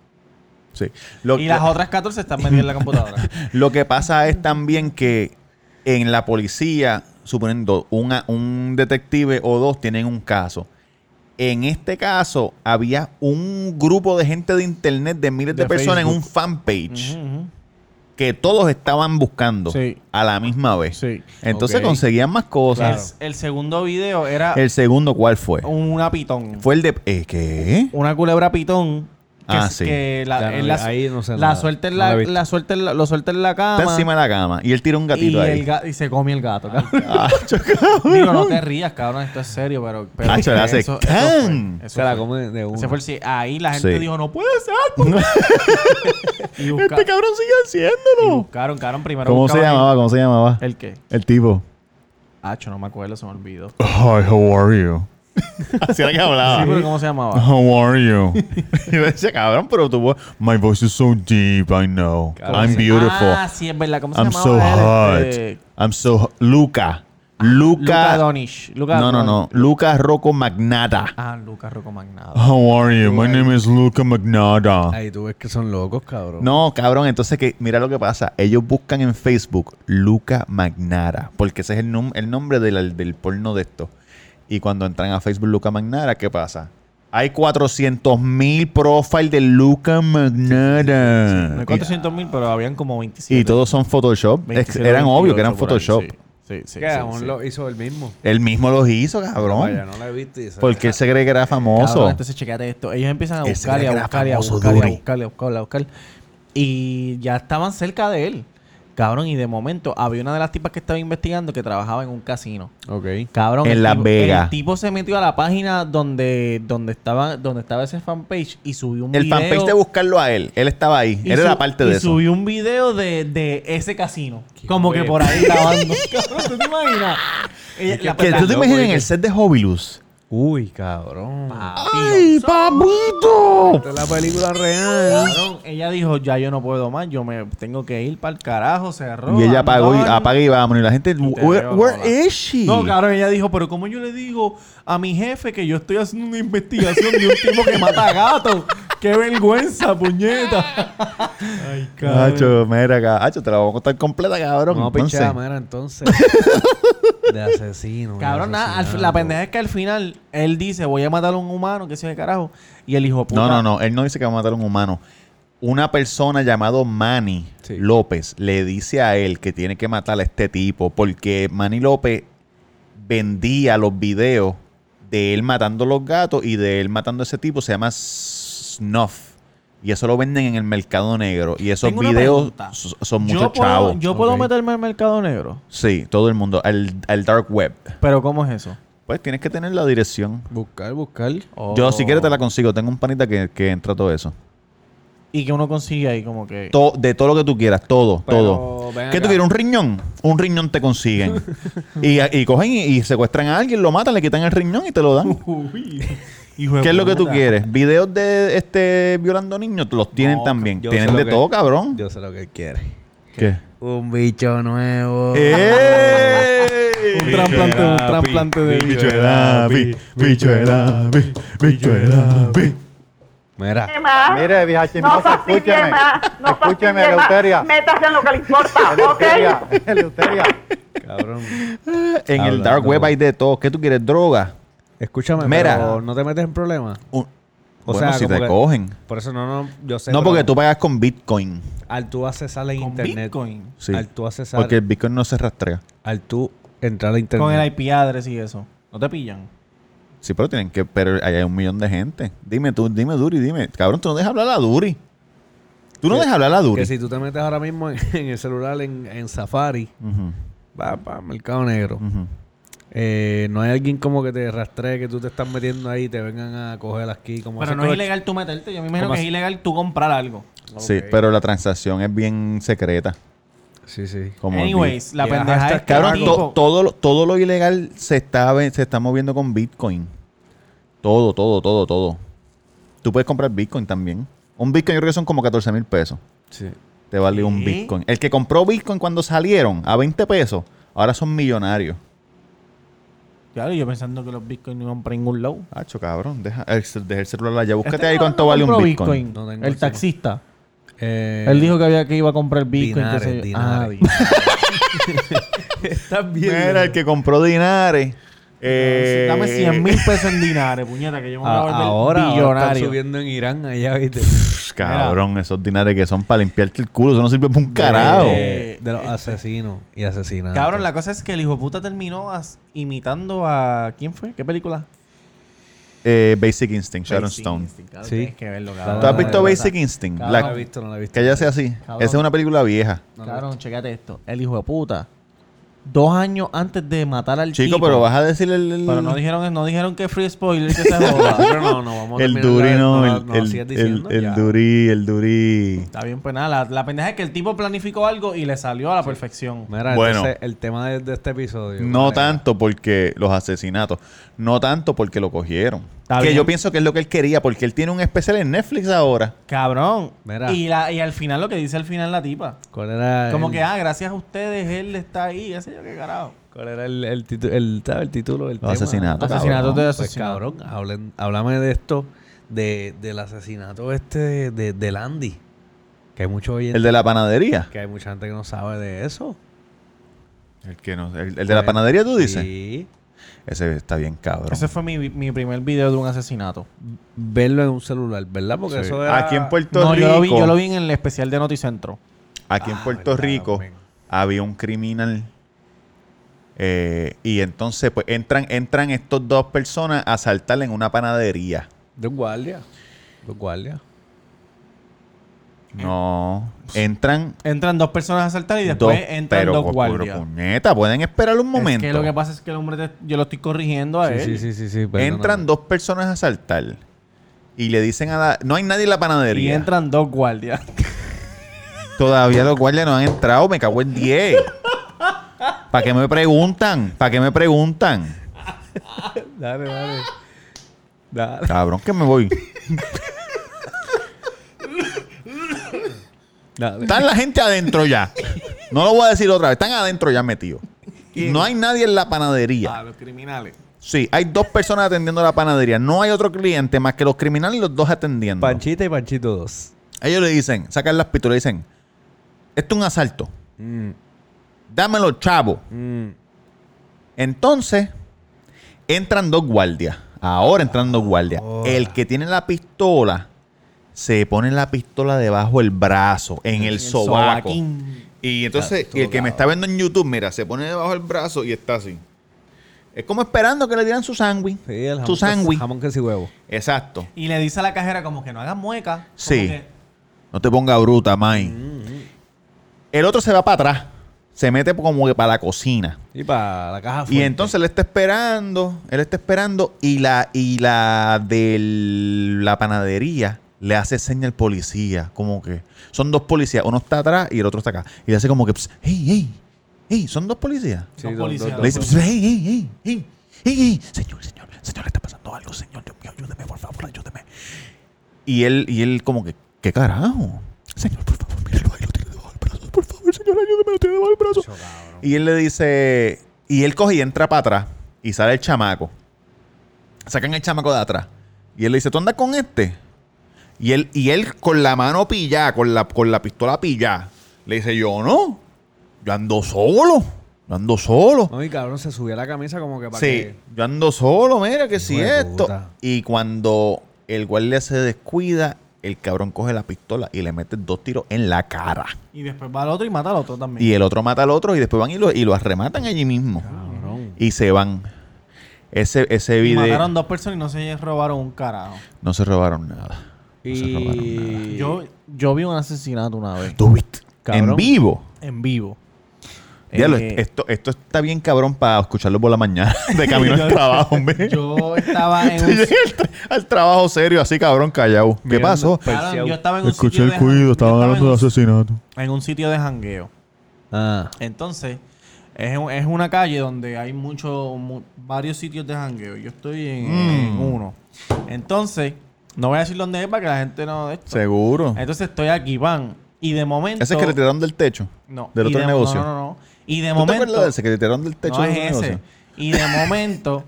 sí. Lo,
Y las otras 14 están metidas en la computadora.
lo que pasa es también que en la policía, suponiendo una- un detective o dos tienen un caso. En este caso, había un grupo de gente de internet, de miles de,
De
personas en
Facebook.
un fanpage,
Ujú, ujú.
que todos estaban buscando
Sí.
a la misma vez.
Sí.
Entonces
Ok.
conseguían más cosas.
El, el segundo video era
El segundo, ¿cuál fue?
una pitón.
Fue el de. eh, ¿Qué?
Una culebra pitón. Que,
Ah,
es-
sí.
que la,
Ya no
él
vi-
la,
ahí no sé
la
nada.
suelta en
No
la,
la he visto.
la suelta en la- lo suelta en la cama.
Está encima de la cama. Y él tira un
y
gatito ahí.
el ga- y se come el gato. cabrón.
Ah,
Digo, no te rías, cabrón, esto es serio, pero. pero
Cacho, le hace
fue-
can.
eso
Se la
fue.
come de uno.
Ese fue el sí. Ahí la gente
Sí.
dijo, no puede ser. ¿por qué?" y, busca-
este cabrón sigue
y
haciéndolo.
buscaron, cabrón, primero.
¿Cómo se
buscaban
llamaba? ¿Cómo se llamaba?
El, el qué?
El tipo.
Hacho, no me acuerdo, se me olvidó.
Hi, how are you? Así era que hablaba.
Sí, pero ¿cómo se llamaba?
How are you? y yo decía, cabrón, pero tu voz. My voice is so deep, I know. I'm beautiful.
Ah, sí, es verdad. ¿Cómo se
I'm
llamaba?
so
él?
hot.
Este, Ah,
I'm so hot. Luca.
Luca
Luca.
Donish. Luca
No, no, no.
Donish.
Luca Rocco Magnata.
Ah, Luca Rocco Magnado.
How are you? My name is Luca Magnata.
Ahí tú ves que son locos, cabrón.
No, cabrón, entonces que mira lo que pasa. Ellos buscan en Facebook Luca Magnara, porque ese es el, nom- el nombre del, del porno de esto. Y cuando entran a Facebook Luca Magnara, ¿qué pasa? Hay 400 mil profiles de Luca Magnara.
No hay 400 mil, pero habían como 27.
y, y todos son Photoshop. Es-
27,
eran obvio que
28
eran
por ahí,
Photoshop.
Sí, sí, sí.
Que
sí,
aún
sí.
lo hizo él mismo.
Él mismo los hizo, cabrón.
Vaya, no la he visto. y esa-
Porque él se cree que era famoso.
Cabrón, entonces chequéate esto. Ellos empiezan a
Él
buscar y
sería
a
que era
buscar y a
famoso,
buscar y a
Duri.
buscar y a buscar y a buscar. Y ya estaban cerca de él. Cabrón, y de momento había una de las tipas que estaba investigando que trabajaba en un casino.
Ok.
Cabrón,
En
el
Las
tipo-
Vegas.
El tipo se metió a la página donde, donde, estaba, donde estaba ese fanpage y subió un
el
video.
fanpage de buscarlo a él. Él estaba ahí.
y
Él era
su-
parte
y
de eso.
subió un video de, de ese casino.
Qué
Como que
huevo.
por ahí grabando. Cabrón, ¿tú te imaginas? Ella- la-
Que
la-
tú te
loco,
imaginas en
dije,
el set de Hobilus.
Uy, cabrón.
Ah. ¡Ay, papito!
Esta es la película real.
Cabrón, ella dijo, ya yo no puedo más, yo me tengo que ir para el carajo, cerró.
Y ella apagó y
andón.
apaga y vámonos. Y la gente,
Y te
where,
veo
where
sola".
is she?
No, cabrón, ella dijo, pero ¿cómo yo le digo a mi jefe que yo estoy haciendo una investigación de un tipo que mata gatos? ¡Qué vergüenza, puñeta! Ay,
Cacho, mira, cacho, te la vamos a contar completa, cabrón.
No,
Entonces,
pinche manera entonces. De asesino. de
Cabrón, nada, al fi- la
asesinato.
pendeja es que al final él dice, voy a matar a un humano, que se de carajo. Y el hijo de puta.
no, no, no. Él no dice que va a matar a un humano. Una persona llamado Manny
Sí.
López le dice a él que tiene que matar a este tipo porque Manny López vendía los videos de él matando los gatos y de él matando a ese tipo. Se llama Snuff. Y eso lo venden en el mercado negro. Y esos
Tengo una
videos
pregunta.
so- son
Yo
muchos
puedo-
chavos.
Yo puedo
Ok.
meterme al mercado negro.
Sí, todo el mundo. Al, al dark web.
Pero ¿cómo es eso?
Pues tienes que tener la dirección.
Buscar, buscar.
Yo si quieres te la consigo. Tengo un panita que, que entra todo eso.
Oh, y que uno consigue ahí como que...
To- de todo lo que tú quieras, todo,
Pero,
todo.
ven
¿Qué
acá.
tú quieres? ¿Un riñón? Un riñón te consiguen. y, y cogen y, y secuestran a alguien, lo matan, le quitan el riñón y te lo dan. ¿Qué es lo que tú quieres? ¿Videos de este violando niños? Los tienen
No,
también.
yo
Tienen
sé lo
de
que-
todo, cabrón.
Yo sé lo que él quiere. Eh.
¿Qué?
Un bicho nuevo.
¡Ey!
Un trasplante, un trasplante de
Bicho de David, bicho de David, bicho de David.
Mira.
más.
Mire, vieja
no
chismosa,
fastidie
escúcheme.
más. No
escúcheme,
fastidie más.
Eleuteria.
Métase en lo que le importa, ¿ok?
Eleuteria, Eleuteria.
Cabrón.
En el
Hablando.
dark web hay de todo. ¿Qué tú quieres? ¿Droga?
Escúchame,
Mira.
pero no te metes en problemas.
Un-
O
bueno,
sea,
si
como
te
que-
cogen.
Por eso no, no, yo sé.
No,
pero
porque tú pagas con Bitcoin.
Al tú accesar a
Con
internet.
Bitcoin.
Sí.
Al tú accesar.
Porque el Bitcoin no se rastrea.
Al tú entrar a internet.
Con el IP address y eso. No te pillan.
Sí, pero tienen que. Pero ahí hay un millón de gente. Dime tú, dime Duri, dime. Cabrón, tú no dejas hablar a Duri. Tú no
Que-
dejas hablar a Duri.
Que si tú te metes ahora mismo en, en el celular, en, en Safari,
Ujú,
va para Mercado Negro.
ujú.
Eh, no hay alguien como que te rastree que tú te estás metiendo ahí y te vengan a coger aquí. Como
Pero
hace
no es
Clutch.
ilegal tú meterte. Yo me imagino
¿Cómo
que es
así?
ilegal tú comprar algo.
Sí, pero la transacción es bien secreta.
Sí, sí.
Como
Anyways, la
Y el
pendeja
hashtag
es que
Cabrón,
tipo-
to- todo, lo- todo lo ilegal se está, ve- se está moviendo con Bitcoin. Todo, todo, todo, todo. Tú puedes comprar Bitcoin también. Un Bitcoin yo creo que son como 14 mil pesos.
sí.
Te vale un
¿Qué?
Bitcoin. El que compró Bitcoin cuando salieron a 20 pesos, ahora son millonarios.
Claro, yo pensando que los bitcoins no iban para ningún lado.
Hacho, cabrón, deja el, cel- deja el celular allá. Búscate
Este
ahí
cabrón
cuánto
no
vale un
compró
Bitcoin.
No tengo
el
eso.
taxista.
Eh,
Él dijo que había que iba a comprar Bitcoin.
Dinares,
qué sé yo. Ah,
dinares.
dinares.
Estás bien.
Mira, el que compró dinares. eh,
Dame 100 mil pesos en dinares, puñeta, que yo me voy a volver
ahora, ahora están
billonario.
subiendo en Irán allá, ¿viste?
pff, Cabrón, esos dinares que son para limpiarte el culo. Eso no sirve para un carajo.
Eh, De, de los asesinos y asesinatos.
Cabrón, la cosa es que el hijo de puta terminó as- imitando a. ¿Quién fue? ¿Qué película? Pues
Eh, Basic Instinct, Sharon
Basic
Stone.
Instinct, cabrón,
Sí.
tienes que verlo,
¿Tú has
Ah,
cabrón.
visto
verdad.
Basic Instinct?
No
La-
la he visto, no la he visto.
que ella sea así.
Cabrón.
Esa es una película vieja.
Cabrón, checate esto. El hijo de puta. Dos años antes de matar al
Chico,
tipo,
pero vas a decirle el, el-
Pero no dijeron, no dijeron que free spoiler, que se joda.
Pero no, no, vamos a
el
terminar
duri,
la-
no.
la-
el-
no,
el-
sigas
el-
diciendo,
el
ya.
duri, el duri.
Está bien, pues nada. La, la pendeja es que el tipo planificó algo y le salió a la perfección.
Mira,
Bueno.
entonces el tema de, de este episodio.
No
vale.
tanto porque los asesinatos, no tanto porque lo cogieron.
Está
que
bien.
yo pienso que es lo que él quería, porque él tiene un especial en Netflix ahora.
Cabrón.
Mira.
Y, la, y al final lo que dice al final la tipa.
¿Cuál era
Como
el-
que, ah, gracias a ustedes, él está ahí, qué sé yo, qué carajo.
¿Cuál era el, el, titu- el, ¿sabes? el título del
Los asesinatos,
Asesinatos
cabrón.
de
Pues
asesinato.
cabrón, hablen, háblame de esto, de, del asesinato este de, de, del Andy. Que hay mucho hoy en-
El de la panadería.
que hay mucha gente que no sabe de eso. Eh,
El, que no- el- el de la panadería, tú dices.
Sí.
Ese está bien cabrón.
Ese fue mi, mi primer video de un asesinato.
Verlo en un celular, ¿verdad? Porque eso era...
Aquí en Puerto
No,
Rico.
yo lo, vi, yo lo vi en el especial de Noticentro.
Aquí en
Ah,
Puerto
verdad,
Rico
men.
había un criminal. eh, y entonces, pues, entran, entran estos dos personas a asaltarle en una panadería.
De un guardia. De un guardia.
Eh, No. Entran
Entran dos personas a asaltar y
dos.
después entran
pero,
dos
pero,
guardias.
puñeta, pueden esperar un
Es
momento.
que lo que pasa es que el hombre, te- yo lo estoy corrigiendo a él.
Sí, sí, sí, sí, sí, perdóname.
Entran dos personas a asaltar. Y le dicen a la... No hay nadie en la panadería.
Y entran dos guardias.
Todavía los guardias no han entrado. Me cago en 10. ¿Para qué me preguntan? ¿Para qué me preguntan?
Dale, dale. Dale.
Cabrón, que me voy.
Dale.
Están la gente adentro ya. No lo voy a decir otra vez. Están adentro ya metidos. No hay nadie en la panadería.
los criminales.
Sí, hay dos personas atendiendo la panadería. No hay otro cliente más que los criminales y los dos atendiendo.
Panchita y Panchito 2.
Ellos le dicen, sacan las pistolas y dicen, esto es un asalto. Mm. Dámelo, chavo. Entonces, entran dos guardias. Ahora entran dos guardias. El que tiene la pistola se pone la pistola debajo del brazo, en el, sobaco.
sobaquín.
Y entonces, y el que me está viendo en YouTube, mira, se pone debajo del brazo y está así. Es como esperando que le dieran su sándwich.
Sí, el jamón.
su
que-
sándwich.
Jamón que sí huevo.
Exacto.
Y le dice a la cajera como que no hagas mueca. Como
Sí.
que-
No te ponga bruta, May. El otro se va para atrás. Se mete como que para la cocina.
Y para la caja
Y
fuerte.
entonces él está esperando, él está esperando y la y la de la panadería le hace seña al policía, como que son dos policías, uno está atrás y el otro está acá. Y le hace como que, "Ps, hey, hey, hey, son dos policías.
Sí,
Los
dos-
policías.
dos-
Le dice,
dos-
"Ps, hey, hey, hey, hey, hey, hey, señor, señor, señor, le está pasando algo, señor, Dios mío, ayúdeme, por favor, ayúdeme. Y él, y él como que, ¿qué carajo? Señor, por favor, míralo, ahí lo tiene debajo del brazo, por favor, señor, ayúdeme, lo tiene debajo del brazo. Y él le dice, y él coge y entra para atrás y sale el chamaco. Sacan el chamaco de atrás. Y él le dice, ¿tú andas con este? Y él, y él con la mano pillada, con la, con la pistola pillada, le dice, yo no, yo ando solo, yo ando solo.
Mami, cabrón, se subió la camisa como que para
Sí,
que...
yo ando solo, mira que si
Hijo de
esto.
puta.
Y cuando el guardia se descuida, el cabrón coge la pistola y le mete dos tiros en la cara.
Y después va al otro y mata al otro también.
Y el otro mata al otro y después van y lo, y lo arrematan allí mismo.
Cabrón.
Y se van. Ese, ese video.
Mataron dos personas y no se robaron un carajo.
No se robaron nada. No se robaron nada.
Y...
Yo, yo vi un asesinato una vez.
Tú viste,
Cabrón.
En vivo.
En vivo.
Diablo,
Eh,
esto, esto está bien cabrón para escucharlo por la mañana de camino al
Yo-
trabajo, hombre.
Yo estaba en
Tú
un
llegas al, tra- al trabajo serio, así cabrón, callado. ¿Qué
Mirando
pasó?
pa-
Cabrón, yo estaba en un
Escuché
sitio
el
de jan-
cuido,
yo
estaban
estaba en
hablando de
un-
asesinato.
En un sitio de jangueo.
Ah,
Entonces, es, un- es una calle donde hay mucho, mu- varios sitios de jangueo. Yo estoy en,
Mm.
en uno. Entonces, no voy a decir dónde es para que la gente no... de esto.
Seguro.
Entonces estoy aquí, van. Y de momento...
Ese es que le tiraron del techo.
No,
Del
y
otro
de-
negocio.
No, no, no. Y de
¿Tú te
momento...
acuerdas de ese que le tiraron del techo
no
del
es ese.
negocio?
Y de momento,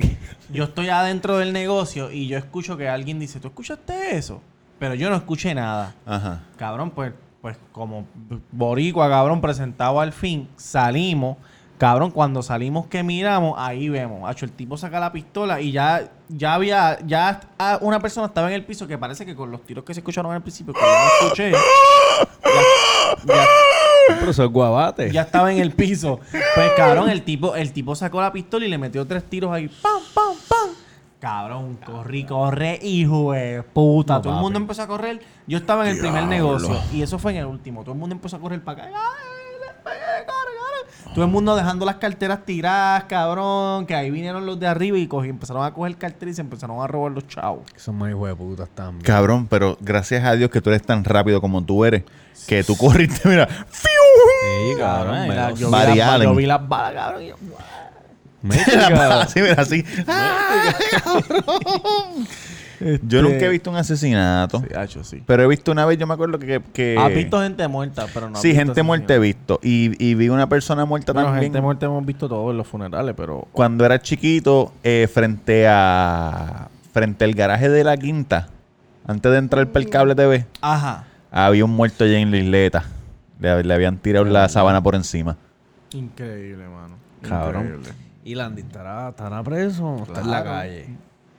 yo estoy adentro del negocio y yo escucho que alguien dice, ¿tú escuchaste eso? Pero yo no escuché nada.
Ajá.
Cabrón, pues, pues como boricua, cabrón, presentado al fin, salimos. Cabrón, cuando salimos que miramos, ahí vemos. Hacho, el tipo saca la pistola y ya, ya había, ya ah, una persona estaba en el piso que parece que con los tiros que se escucharon al principio, que yo no escuché, ya- ya
pero eso es guabate.
ya estaba en el piso. Pues cabrón, el tipo, el tipo sacó la pistola y le metió tres tiros ahí. ¡Pam, pam, pam! Cabrón, corrí, corre, hijo de puta.
No,
Todo el
papi.
mundo empezó a correr. Yo estaba en el primer negocio y eso fue en el último. Todo el mundo empezó a correr para acá. ¡Ay, corre, corre! Todo el mundo dejando las carteras tiradas, cabrón. Que ahí vinieron los de arriba y cogí- empezaron a coger carteras y se empezaron a robar los chavos.
Son más hijos de putas también.
Cabrón, pero gracias a Dios que tú eres tan rápido como tú eres. Que tú corriste, mira.
Sí, cabrón.
Ay,
me
la-
lo-
yo, vi
Barry
las, ba- yo
Allen.
vi las balas, cabrón. y yo,
Me-
así, mira, así. ¡Ah, cabrón! Yo nunca he visto un asesinato.
hacho, Este sí.
Pero he visto una vez, yo me acuerdo que. que
Has visto gente muerta, pero no. has
sí,
visto
gente
asesinato.
muerta he visto. Y, y vi una persona muerta
Bueno,
también.
gente muerta hemos visto todos en los funerales, pero.
Cuando era chiquito, eh, frente a. Frente al garaje de la quinta, antes de entrar para
Mm.
el cable TV,
Ajá.
había un muerto allá en la isleta. Le, le habían tirado la
Ah,
sábana por encima.
Increíble, mano.
Cabrón. Y Landy estará, estará preso o está en la calle.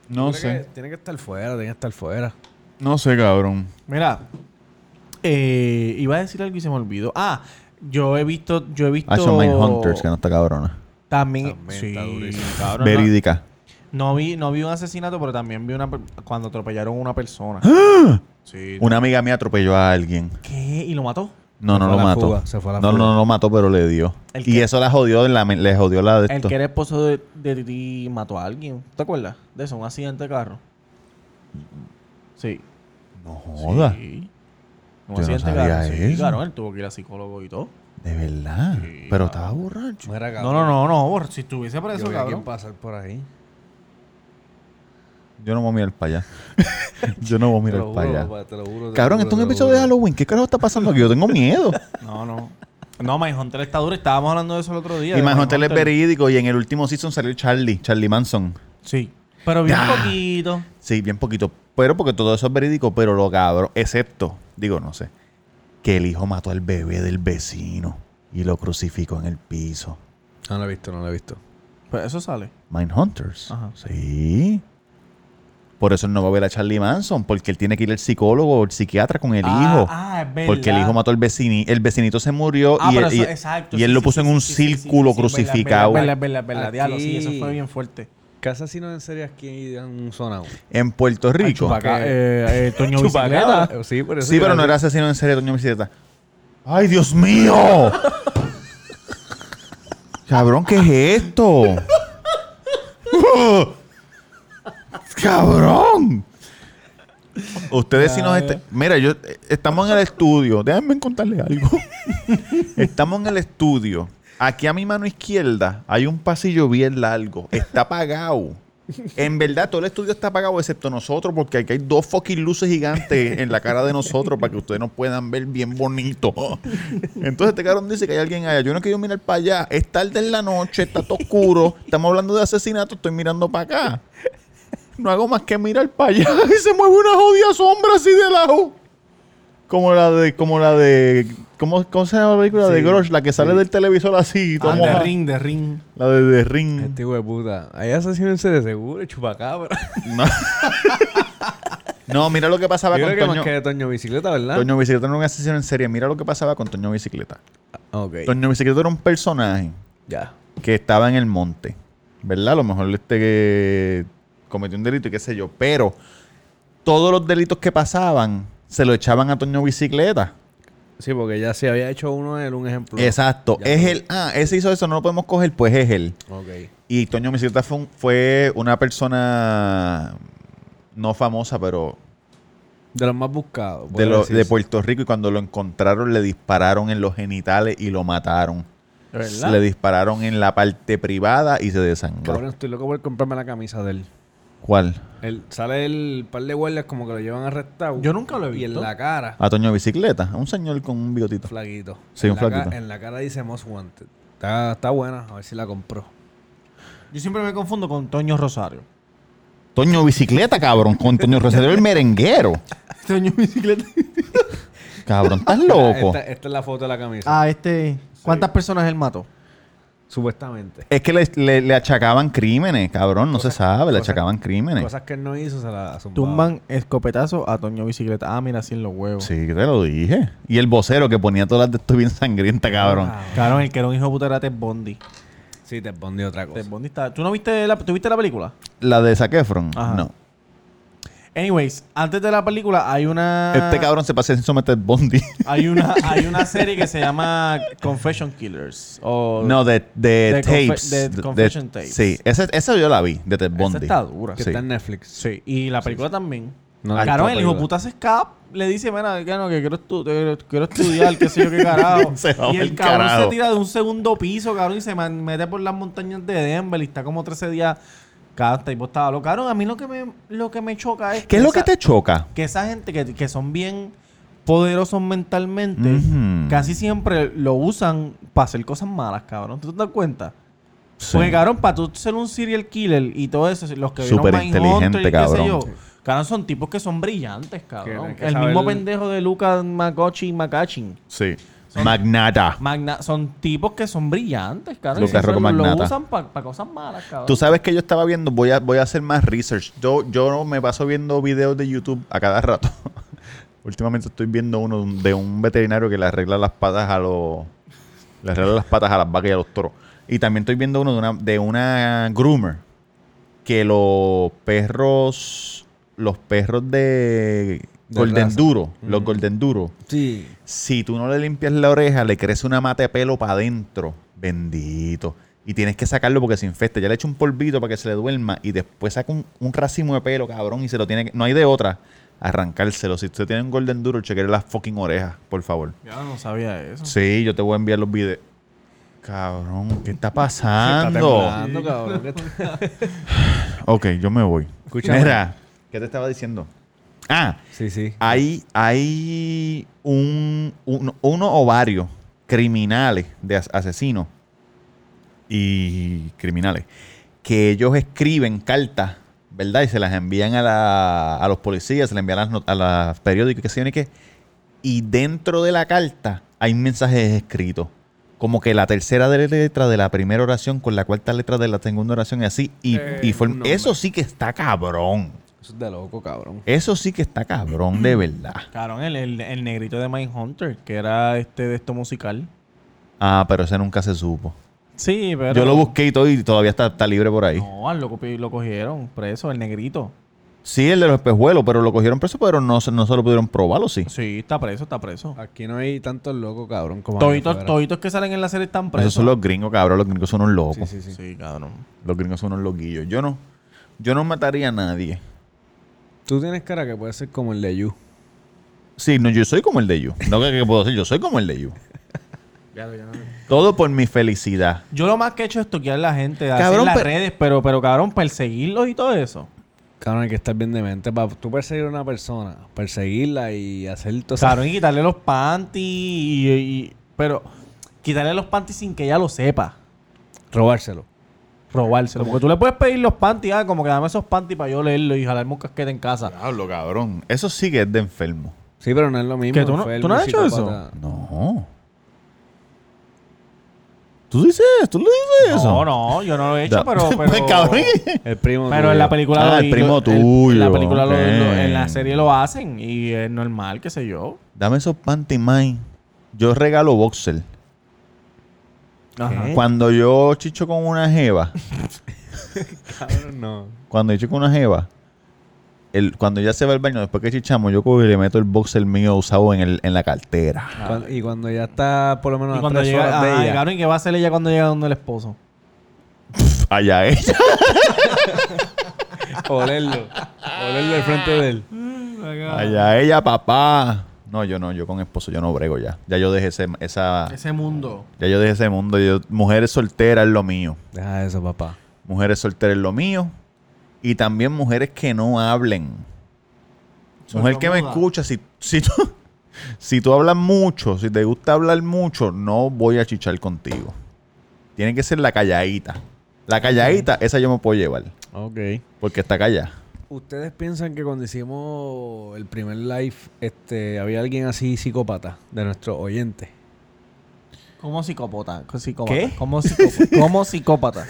No
Tiene que- tiene que estar fuera, tiene que estar fuera.
No sé, cabrón.
Mira, eh, iba a decir algo y se me olvidó. Ah, yo he visto, yo he visto.
Ha hecho Hunters, Ah, que no está cabrona.
También,
También
sí,
está durísimo.
cabrón, no-
Verídica.
No, vi, no vi un asesinato, pero también vi una per- cuando atropellaron a una persona. sí.
Una amiga mía atropelló a alguien.
¿Qué? ¿Y lo mató?
No,
Se
no
fue
lo
a la
mató.
fuga, se fue a la
no,
fuga.
no, no lo mató, pero le dio.
El
Y
que-
eso la jodió, en la, men- le jodió la de
El
esto.
que era esposo de, de Titi mató a alguien. ¿Te acuerdas? De eso, un accidente de carro. Sí.
No joda.
Sí. Un
Yo no
accidente de
sabía
carro. Sí,
eso.
claro, él tuvo que ir a psicólogo y todo.
De verdad.
Sí,
pero
ah.
cabrón.
estaba borracho.
Mira,
No, no, no, no. por- Si estuviese
Yo
preso,
vi a quién
cabrón.
pasar por ahí.
Yo no voy a mirar para allá. Yo no voy a
Te
mirar
lo
para
juro,
allá.
papá, te lo juro, te
Cabrón,
lo
esto es un
juro, te lo
episodio de
juro.
Halloween. ¿Qué carajo está pasando aquí? Yo tengo miedo.
No, no. No, Mindhunter está duro. Estábamos hablando de eso el otro día.
y
de
más Hotel es
Mindhunter.
verídico. Y en el último season salió Charlie, Charlie Manson.
Sí. Pero bien
Ah.
poquito.
Sí, bien poquito. Pero porque todo eso es verídico, pero lo cabrón. Excepto, digo, no sé, que el hijo mató al bebé del vecino y lo crucificó en el piso.
No lo he visto, no lo he visto.
Pero Pues eso sale.
Mindhunters.
Ajá.
Sí. Por eso él no va a ver a Charlie Manson, porque él tiene que ir al psicólogo o al psiquiatra con el
Ah,
hijo.
Ah, es verdad.
Porque el hijo mató al vecini, el vecinito se murió
Ah,
y,
pero
él,
eso-
y-
exacto,
y
sí,
él lo
sí,
puso
sí,
en un
sí, sí, sí,
círculo
sí, sí, es verdad,
crucificado.
Es verdad, es verdad, es verdad.
Aquí-
Diablo, sí, eso fue bien fuerte.
¿Qué asesinos en serie aquí han sonado? Ah,
En Puerto Rico.
Chupacabra.
eh, eh, Toño
Chupacabra.
Bicicleta.
Eh, Sí, por eso
Sí,
te
pero no
digo.
era asesino en serie, Toño Bicicleta. ¡Ay, Dios mío! Cabrón, ¿qué es esto? ¡Cabrón! Ustedes si nos... est- Mira, yo... eh, Estamos en el estudio. Déjenme contarles algo. Estamos en el estudio. Aquí a mi mano izquierda hay un pasillo bien largo. Está apagado. En verdad, todo el estudio está apagado excepto nosotros porque aquí hay dos fucking luces gigantes en la cara de nosotros para que ustedes nos puedan ver bien bonito. Entonces este cabrón dice que hay alguien allá. Yo no quiero mirar para allá. Es tarde en la noche, está todo oscuro. Estamos hablando de asesinato, estoy mirando para acá. No hago más que mirar para allá y se mueve una jodida sombra así de lado. Como la de, como la de, ¿cómo, cómo se llama la película de Grosh? La que sale del televisor así. todo
Ah, de
mojado.
ring, de ring.
la de The Ring.
Este hijo de puta. Hay asesinos de seguro, chupacabra.
No. No, mira lo que pasaba
Yo
con
creo que más
Toño.
que de Toño Bicicleta, ¿verdad?
Toño Bicicleta no era un asesino en serie. Mira lo que pasaba con Toño Bicicleta.
Ok.
Toño Bicicleta era un personaje
Ya.
que estaba en el monte, ¿verdad? A lo mejor este que cometió un delito y qué sé yo, pero todos los delitos que pasaban se lo echaban a Toño Bicicleta.
Sí, porque ya se había hecho uno era un ejemplo.
Exacto.
Ya
es
lo-
él. Ah, ese hizo eso, no lo podemos coger, pues es él.
Ok.
Y Toño Bicicleta fue, un- fue una persona no famosa, pero
De los más buscados.
de,
puede
lo-
decirse.
de Puerto Rico y cuando lo encontraron le dispararon en los genitales y lo mataron.
¿Verdad?
Le dispararon en la parte privada y se desangró.
Cabrón, estoy loco por comprarme la camisa de él.
¿Cuál?
Él- sale el par de guardias como que lo llevan arrestado.
Yo nunca lo he
Y en
visto. Ah.
la cara,
A Toño Bicicleta, a un señor con un bigotito.
flaquito.
Sí,
En
un
la ca-
flaquito.
En la cara dice Most Wanted. Está, está buena, a ver si la compró.
Yo siempre me confundo con Toño Rosario.
Toño Bicicleta, cabrón, con Toño Rosario el merenguero.
Toño Bicicleta.
Cabrón, estás loco.
Esta, esta es la foto de la camisa.
Ah, este. ¿Cuántas personas él mató?
Supuestamente.
Es que le, le- le achacaban crímenes, cabrón, no se sabe, le
cosas-
achacaban crímenes.
Cosas que él no hizo se las zumbaban.
Tumban escopetazo a Toño Bicicleta. Ah, mira, así en los huevos.
Sí, te lo dije. Y el vocero que ponía todas las de esto bien sangrienta, cabrón.
Claro, el que era un hijo de puta era Ted Bondi.
Sí, te pondí otra cosa.
Ted Bundy está... ¿Tú no viste la, ¿tú viste la película?
La de Saquefron,
Ajá.
no.
Anyways, antes de la película hay una...
Este cabrón se pasea sin someter Bondi.
Hay una, hay una serie que se llama Confession Killers. O
No, de, de
De confe-
tapes.
de
de-
confession tapes.
Sí, esa, esa yo la vi, de Ted
Esa
Bundy.
está dura.
que
sí.
está en Netflix.
Sí, y la película también.
No,
Carón,
la
el hijo
película.
puta se escapa, le dice, mira, que no, que quiero, estu- eh, quiero estudiar, qué sé yo, qué carajo.
Se va
y el
pa'l
cabrón
carajo.
se tira de un segundo piso, cabrón, y se man- mete por las montañas de Denver y está como 13 días. Cada tipo estaba loco. Cabrón, a mí lo que me, lo que me choca es
¿Qué es lo que
esa-
te choca?
que esa gente que, que son bien poderosos mentalmente,
Ujú.
casi siempre lo usan para hacer cosas malas, cabrón. ¿Tú te das cuenta?
Sí.
Porque, cabrón, para tú ser un serial killer y todo eso, los que vieron
Superinteligente,
Mindhunter y qué
cabrón.
sé yo, cabrón, son tipos que son brillantes, cabrón.
hay que
El
saber-
mismo pendejo de Lucas Macochi Macachin.
Sí. Magnata.
Magna- son tipos que son brillantes, cabrón. y
Lucas
siempre
Rocco
lo, lo
Magnata.
usan para cosas malas, cabrón.
Tú sabes que yo estaba viendo, voy a, voy a hacer más research. Yo, yo me paso viendo videos de YouTube a cada rato. Últimamente estoy viendo uno de un- de un veterinario que le arregla las patas a los. Le arregla las patas a las vacas y a los toros. Y también estoy viendo uno de una, de una groomer. Que los perros. Los perros de.
De
Golden
raza.
Duro. Los Golden Duro.
Sí.
Si tú no le limpias la oreja, le crece una mata de pelo para adentro. Bendito. Y tienes que sacarlo porque se infesta. Ya le echo un polvito para que se le duerma y después saca un, un racimo de pelo, cabrón, y se lo tiene que... No hay de otra. Arrancárselo. Si usted tiene un Golden Duro, chequee las fucking orejas, por favor.
Yo no sabía eso.
Sí, yo te voy a enviar los videos. Cabrón, ¿qué está pasando?
Temblando, cabrón. que está-
ok, yo me voy.
Escúchame.
Mira, ¿qué te estaba diciendo? Ah,
Sí, sí.
hay, hay un, un- uno o varios criminales de as- asesinos y criminales que ellos escriben cartas, ¿verdad? Y se las envían a, la- a los policías, se las envían a las, not- a las periódicos, qué sé yo, ni qué. Y dentro de la carta hay mensajes escritos. Como que la tercera de- letra de la primera oración con la cuarta letra de la segunda oración y así. Y, y form-
un nombre.
eso sí que está cabrón.
Eso es de loco, cabrón.
Eso sí que está cabrón de verdad.
Cabrón, el, el, el negrito de Mindhunter, que era este de esto musical.
Ah, pero ese nunca se supo.
Sí, pero...
Yo lo busqué y todo y todavía está, está libre por ahí.
No, al loco pi- lo cogieron preso, el negrito.
Sí, el de los espejuelos, pero lo cogieron preso, pero no, se- no se lo pudieron probar, ¿o sí?
Sí, está preso, está preso.
Aquí no hay tantos locos, cabrón, como
Toditos,
allá
toditos que salen en la serie están presos.
Esos son los gringos, cabrón. Los gringos son unos locos.
afuera. Sí, sí, sí.
Sí, cabrón.
Los gringos son unos loquillos. Yo no, yo no mataría a nadie.
Tú tienes cara que puede ser como el de You.
Sí, no, yo soy como el de You. No que, que puedo decir, yo soy como el de You. Todo por mi felicidad.
Yo lo más que he hecho es toquear a la gente,
Cabrón,
hacer las
pero-
redes, pero, pero cabrón, perseguirlos y todo eso.
Cabrón, hay que estar bien demente. Para tú perseguir a una persona, perseguirla y hacer todo
Cabrón, y quitarle los panties y, y- Pero quitarle los panties sin que ella lo sepa.
robárselo.
Robárselo. Porque tú le puedes pedir los panties, ah, como que dame esos panties para yo leerlo y jalarme un casquete en casa.
Diablo, cabrón. Eso sí que es de enfermo.
Sí, pero no es lo mismo.
¿Que tú no-
enfermo,
tú no has hecho eso?
psicópata.
No. ¿Tú dices? ¿Tú le dices eso?
No, no, yo no lo he hecho,
Da-
pero... pero...
Pues, cabrón.
El primo.
Pero en la película
Ah,
lo-
el
y
primo
lo- en la
tuyo,
película lo-
ok.
lo- en la serie lo hacen y es normal, qué sé yo.
Dame esos panty mine. Yo regalo boxer.
Ajá.
Cuando yo chicho con una jeva,
película. No.
cuando yo chicho con una jeva, el, cuando ella se va al baño, después que chichamos, yo cojo y le meto el boxer mío usado en, el, en la cartera.
Cuan- y cuando ya está por lo menos
Y
a
cuando
tres
llega,
horas de
ajá,
ella.
cabrón, ¿y qué va a hacer ella cuando llega donde el esposo?
Allá ella.
Olerlo. Olerlo al frente de él.
Allá ella, papá. No, yo no, yo con esposo, yo no brego ya. Ya yo dejé ese, esa,
Ese mundo.
ya yo dejé ese mundo. Yo, mujeres solteras es lo mío.
Deja eso, papá.
Mujeres solteras es lo mío. Y también mujeres que no hablen. Mujer que me
Sordomuda.
escucha, si, si, tú, si tú hablas mucho, si te gusta hablar mucho, no voy a chichar contigo. Tiene que ser la calladita. La calladita, esa yo me puedo llevar.
Ok.
Porque está callada.
¿Ustedes piensan que cuando hicimos el primer live, este, había alguien así psicópata de nuestros oyentes?
Como psicópata. co- psicópata.
¿Qué?
Como psicópata. como psicópata.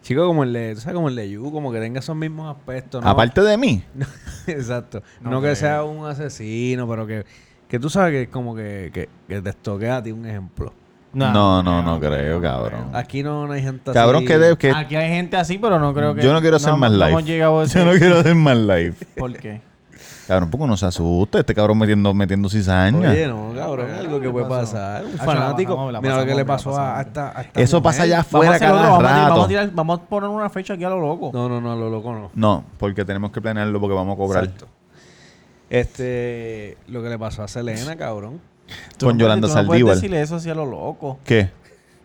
Chico, como el de, ¿tú sabes? Como el de Yu, como que tenga esos mismos aspectos, ¿no?
Aparte de mí,
Exacto.
No
No,
creo.
que sea un asesino, pero que, que tú sabes que es como que, que, que te estoquea a ti un ejemplo.
no, no, no, creo, cabrón.
Aquí no, no hay gente así.
Cabrón, que, de- que
Aquí hay gente así, pero no creo que.
yo no quiero hacer más
no
live.
hemos llegado a ese-
Yo no quiero hacer más live.
¿Por qué?
Cabrón, porque no se asusta este cabrón metiendo, metiendo cizaña.
Oye, no, cabrón, algo que
¿Qué
puede
pasó?
pasar. Un
Ah,
fanático.
la pasamos, la
Mira lo que
pasamos,
le
la
pasó a, a
pasamos.
esta, a esta
Eso
mujer.
pasa allá
Vamos a,
afuera
hacer otro,
cada
vamos, a tirar- vamos
rato.
a tirar- vamos a poner una fecha aquí a lo loco.
No, no, no, a lo loco no.
No, porque tenemos que planearlo porque vamos a cobrar.
Exacto. Este, lo que le pasó a Selena, cabrón.
Tú
Con
no puedes-
Yolanda
tú no puedes
Saldívar.
decirle eso así a lo loco.
¿Qué?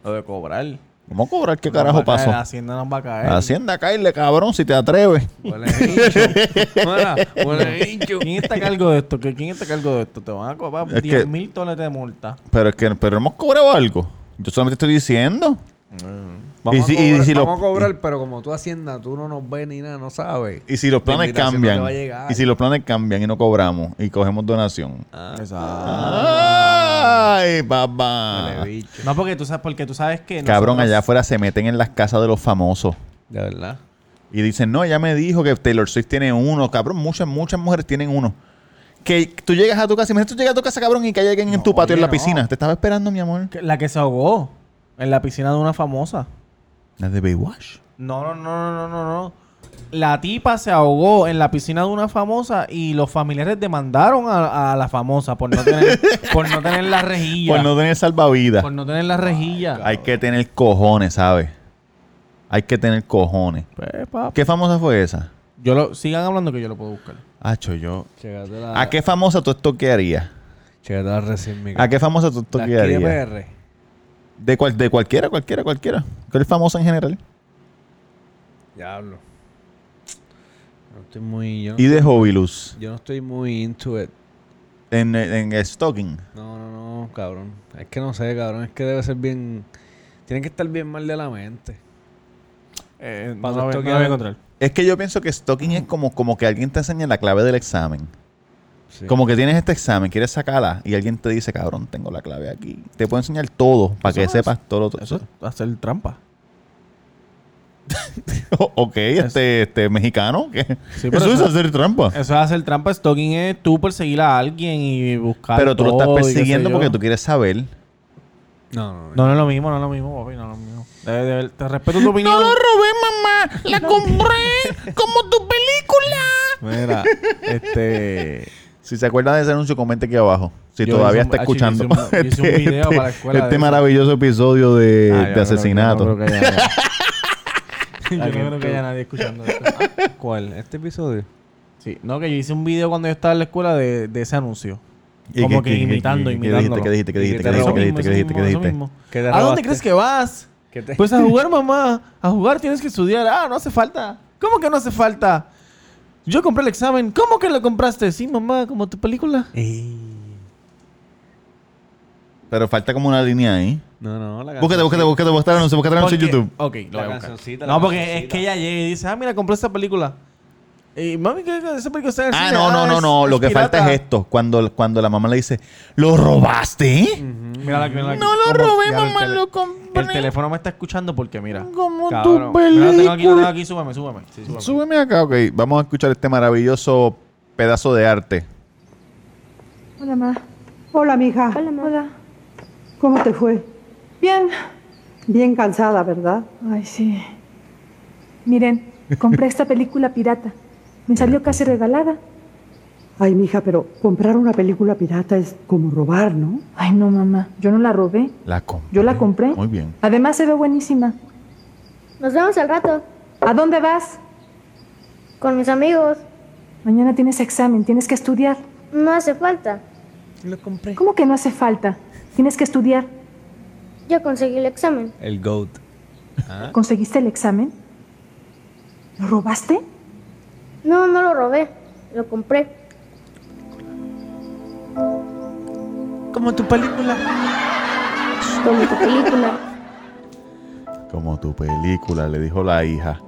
Lo de cobrar.
¿Vamos a cobrar? ¿Qué
Nos va
carajo
a caer,
pasó? Ah,
La hacienda nos va a caer.
Hacienda, caerle, cabrón, si te atreves.
Huele hincho. Mira, huele hincho.
¿Quién está a cargo de esto? ¿Qué- ¿Quién está a cargo de esto? Te van a cobrar
Es que-
10 mil dólares de multa.
Pero es que pero hemos cobrado algo. Yo solamente estoy diciendo.
Mm. Vamos,
si-
a cobrar,
y si lo-
vamos a cobrar, pero como tú Hacienda, tú no nos ves ni nada, no sabes.
Y si los planes
invitación no te
cambian.
va a llegar.
y si los planes cambian y no cobramos y cogemos donación.
Ah.
Exacto.
Ay,
Huele
papá.
bicho.
No, porque tú sabes, porque tú sabes que.
Cabrón,
nosotros-
allá afuera se meten en las casas de los famosos.
De verdad.
Y dicen, no, ya me dijo que Taylor Swift tiene uno. Cabrón, muchas, muchas mujeres tienen uno. Que tú llegas a tu casa, imagínate tú llegas a tu casa, cabrón, y que hay alguien en tu patio
oye,
en la
no.
piscina. Te estaba esperando, mi amor.
que- La que se ahogó en la piscina de una famosa.
La de Baywatch.
No, no, no, no, no, no, no. La tipa se ahogó en la piscina de una famosa y los familiares demandaron a, a la famosa por no tener, por no tener la rejilla.
Por no tener salvavidas.
por no tener la rejilla.
Hay que tener cojones, ¿sabes? Hay que tener cojones.
Pues, papi,
¿Qué famosa fue esa?
Yo lo, sigan hablando que yo lo puedo buscar.
Hacho, yo.
Chécate la,
Ah.
¿A qué famosa tú estoquearías?
Chécate la recién mi
¿A qué famosa tú
La aquí de
estoquearías?
PR.
De, cual- de cualquiera, cualquiera, cualquiera. ¿Cuál es famosa en general?
Diablo. No estoy muy. Yo no,
Y de Hobilus.
yo no estoy muy into it.
En, en, Stocking.
No, no, no, cabrón. Es que no sé, cabrón. Es que debe ser bien. Tienen que estar bien mal de la mente.
Eh,
Para
la voy-
esto que
la voy a
ven-
encontrar.
Es que yo pienso que Stocking es como, como que alguien te enseña la clave del examen.
Sí.
Como que tienes este examen, quieres sacarla y alguien te dice, cabrón, tengo la clave aquí. Te puedo enseñar todo para que
Eso es-
sepas todo. lo-
Eso es hacer trampa.
ok, este, este mexicano. ¿qué?
Sí, pero
eso, es
eso-
hacer trampa.
Eso es hacer trampa. Stalking es tú perseguir a alguien y buscar.
Pero tú lo estás
todo y qué sé
persiguiendo
yo.
porque tú quieres saber.
No, no, no.
No, no es lo mismo, no es lo mismo, papi, no es lo mismo. De- de- te respeto tu opinión.
robé, mamá. La compré como tu película.
Mira, este.
Si se acuerdan de ese anuncio, comente aquí abajo. Si
Yo
todavía
hice un-
está
ah, sí, yo
escuchando
hice un- yo hice un video para la escuela
este
de eso.
maravilloso episodio de,
Ah,
de
yo creo que-
asesinato.
yo no creo que haya- yo no
Alguien-
creo que haya nadie escuchando esto.
¿Cuál? ¿Este episodio?
Sí, no, que yo hice un video cuando yo estaba en la escuela de, de ese anuncio.
¿Y
Como
qué-
que
qué-
imitando,
qué- qué
imitándolo.
dijiste, qué dijiste, qué
Eso
dijiste, qué
mismo,
dijiste, qué
eso
dijiste, qué
mismo, eso
dijiste?
mismo.
¿Qué te
¿A dónde
robaste?
crees que vas?
¿Qué
Este.
te-
Pues a jugar, mamá. A jugar tienes que estudiar. Ah, no hace falta. ¿Cómo que no hace falta? Yo compré el examen. ¿Cómo que lo compraste? Sí, mamá, como tu película.
Pero falta como una línea ahí.
No, no, la
Búscate, búscate, búscate, búscate el anuncio, búscate el anuncio en
Porque-
YouTube.
Ok, lo
La
voy a buscar.
cancioncita, la
No, porque es
cancioncita.
que ella llega y dice, ah, mira, compré esta película. Y mami, ¿qué esa película está en el
Ah,
cine?
no, no, no,
es-
no. Lo que falta
pirata".
es esto. Cuando, cuando la mamá le dice, ¿lo robaste?
Mira la- mira la-
No lo
cómo-
robé,
ya el
mamá,
tele-
lo compré.
El teléfono me está escuchando porque mira.
Como
Cabrón. Mira, lo tengo aquí, lo tengo aquí, súbame, súbame. Sí, súbame.
Súbeme acá, ok. Vamos a escuchar este maravilloso pedazo de arte.
Hola, ma. Hola, mija. Hola, ma. ¿Cómo te fue?
Bien.
Bien cansada, ¿verdad?
Ay, sí. Miren, compré esta película pirata. Me salió casi regalada.
pues Ay, mija, pero comprar una película pirata es como robar, ¿no?
Ay, no, mamá. Yo no la robé.
La compré.
Yo la compré.
Muy bien.
Además, se ve buenísima.
Nos vemos al rato
¿A dónde vas?
con mis amigos.
Mañana tienes examen, tienes que estudiar.
No hace falta.
¿Cómo que no hace falta? Tienes que estudiar.
Yo conseguí el examen.
El GOAT.
Ah.
¿Conseguiste el examen? ¿Lo robaste?
No, no lo robé. Lo compré.
Como tu película.
Como tu película.
Como tu película, le dijo la hija.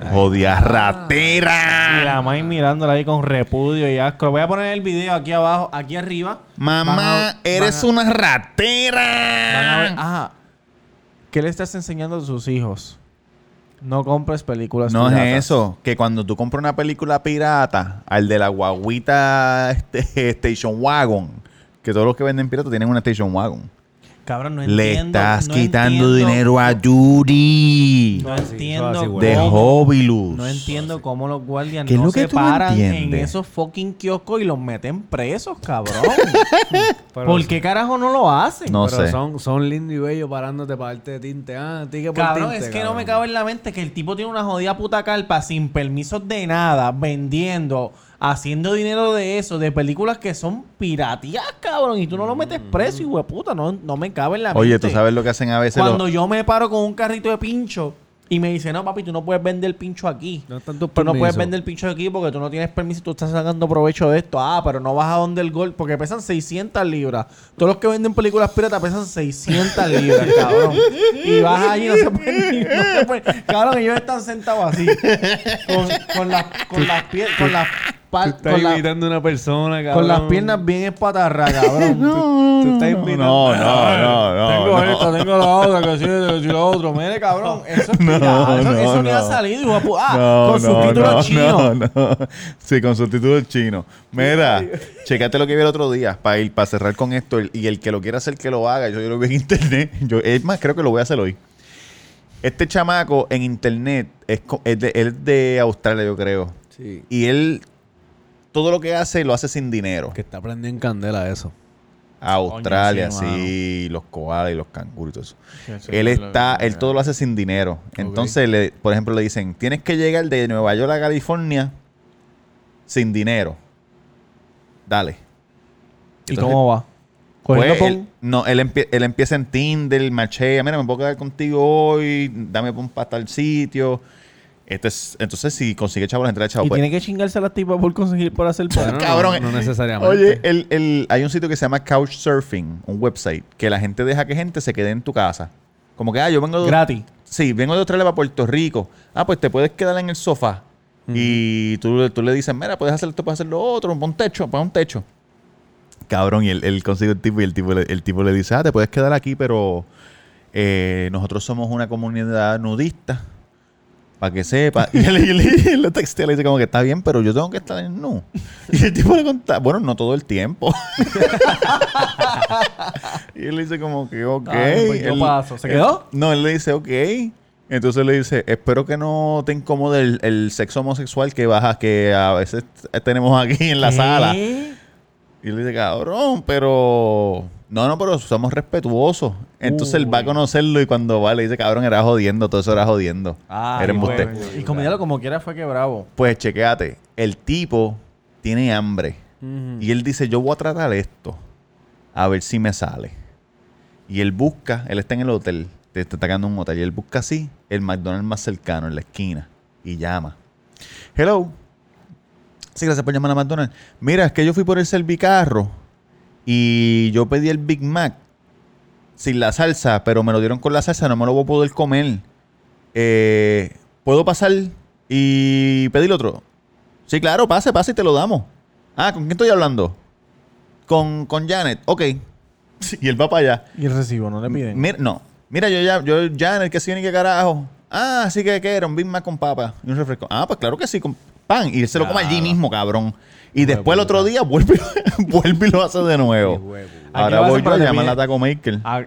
ah.
Jodia ratera.
Y la May mirándola ahí con repudio y asco. Voy a poner el video aquí abajo, aquí arriba. Van a-
Mamá,
van
eres
a-
una
van a ver-
ratera.
Ajá. ¿Qué le estás enseñando a sus hijos? No compres películas
No es
piratas.
eso, que cuando tú compras una película pirata, al de la guaguita este, Station Wagon, que todos los que venden pirata tienen una Station Wagon.
Cabrón, no
Le
entiendo,
estás
no
quitando
entiendo-
dinero a Yuri
No
Ah, sí,
entiendo
eso así,
cómo-
de Hobilus.
No entiendo cómo los guardias
¿Qué es
no
lo que
se
tú no
paran en
entiendes?
esos fucking kioscos y los meten presos, cabrón. ¿Por qué carajo no lo hacen?
No
Pero
sé.
son, son lindos y bellos parándote para darte de tinte. Ah, tique por
Cabrón,
tinte,
es que no
cabrón.
me cabe en la mente que el tipo tiene una jodida puta carpa sin permisos de nada, vendiendo, haciendo dinero de eso, de películas que son piratías, cabrón, y tú no lo metes preso, hijo de puta, no, no me cabe en la mente.
Mm. Oye, tú sabes lo que hacen a veces
Cuando
los...
yo me paro con un carrito de pincho y me dice, no, papi, tú no puedes vender pincho aquí.
No están tus
Tú no puedes
permisos.
vender pincho aquí porque tú no tienes permiso y tú estás sacando provecho de esto. Ah, pero no vas a donde el gol porque pesan 600 libras. Todos los que venden películas piratas pesan 600 libras, cabrón. Y vas allí y no se pueden ni- no se pueden- Cabrón, ellos están sentados así. Con, con las con las pier- con las
Tú
pal-
estás
con, la-
imitando a una persona, cabrón.
con las piernas bien espatarras, cabrón.
Tú estás
No,
imitando.
no, no, no,
Tengo
no.
esto, tengo la otra, que sí, que sí, lo otro. Mire, cabrón, eso es
No,
pirata. Eso,
no,
eso ni
no.
ha salido, hijo de pu- Ah,
No,
con
no,
subtítulos
no,
chinos.
no, no. Sí, con subtítulos chinos. Mira, checate lo que vi el otro día para ir, para cerrar con esto. el- Y el que lo quiera hacer, que lo haga. Yo, yo lo vi en internet. Yo, es más, creo que lo voy a hacer hoy. Este chamaco en internet es, co- es de, él es de Australia, yo creo.
Sí.
Y él todo lo que hace lo hace sin dinero.
Que está prendido en candela eso.
A Australia,
Coño, sí,
sí, los koalas y los canguros y todo eso.
sí,
él
yo lo
está,
vi,
él todo lo hace sin dinero. Entonces, le- por ejemplo, le dicen, tienes que llegar de Nueva York a California sin dinero. Dale.
¿Y
Entonces,
cómo va?
pues,
Cogiendo
él-
pon-
no, él, empie- él empieza en Tinder, machea, mira, me puedo quedar contigo hoy, dame un para tal sitio. Esto es- entonces, si consigue chavo, la gente le echa
y
pues.
tiene que chingarse a las tipas por conseguir, por hacer
Bueno,
porno.
no-
Cabrón, eh,
No, necesariamente.
Oye, el, el- hay un sitio que se llama Couchsurfing, un website, que la gente deja que gente se quede en tu casa. Como que, ah, yo vengo de...
Gratis.
Sí, vengo de Australia para Puerto Rico. Ah, pues te puedes quedar en el sofá. Y tú, tú le dices, mira, puedes hacer esto, puedes hacer lo otro, pon un techo, pon un techo. Cabrón, y él, él consigue el tipo y el tipo, le- el tipo le dice, ah, te puedes quedar aquí, pero eh, nosotros somos una comunidad nudista, para que sepa. Y él, y él- y él lo textea, le dice como que está bien, pero yo tengo que estar en nu. Y el tipo le contesta, bueno, no todo el tiempo. y él le dice como que, ok.
Ay, pues yo
Él-
paso. ¿Se quedó?
no, él le dice, ok. Entonces le dice, espero que no te incomode el, el sexo homosexual que baja, que a veces t- tenemos aquí en la sala. Y le dice, cabrón, pero No, no, pero somos respetuosos. Entonces él va a conocerlo y cuando va le dice, cabrón, era jodiendo, todo eso era jodiendo.
Ah,
era
y
embuste.
bueno, Y como ya lo como quiera fue que bravo.
Pues chequéate, el tipo tiene hambre.
Mm.
Y él dice, yo voy a tratar esto, a ver si me sale. Y él busca, él está en el hotel, te está atacando un hotel, y él busca así el McDonald's más cercano, en la esquina, y llama. Hello. Sí, gracias por llamar a McDonald's. Mira, es que yo fui por el servicarro y yo pedí el Big Mac sin la salsa, pero me lo dieron con la salsa, no me lo voy a poder comer. Eh, ¿Puedo pasar y pedir otro? Sí, claro, pase, pase y te lo damos. Ah, ¿con quién estoy hablando? Con, con Janet, ok. Sí, Y él va para allá.
Y el recibo no le piden.
Mira, no. Mira, yo ya, yo Janet, que sí, ni qué carajo. Ah, así que ¿qué era un Big Mac con papa y un refresco. Ah, pues claro que sí, con pan. Y él se lo come
Ah.
allí mismo, cabrón. Y después el otro día vuelve, y lo- vuelve y lo hace de nuevo. Ahora
Aquí vas
voy
a
yo a
para
llamar a
definir-
Taco Maker.
Ah,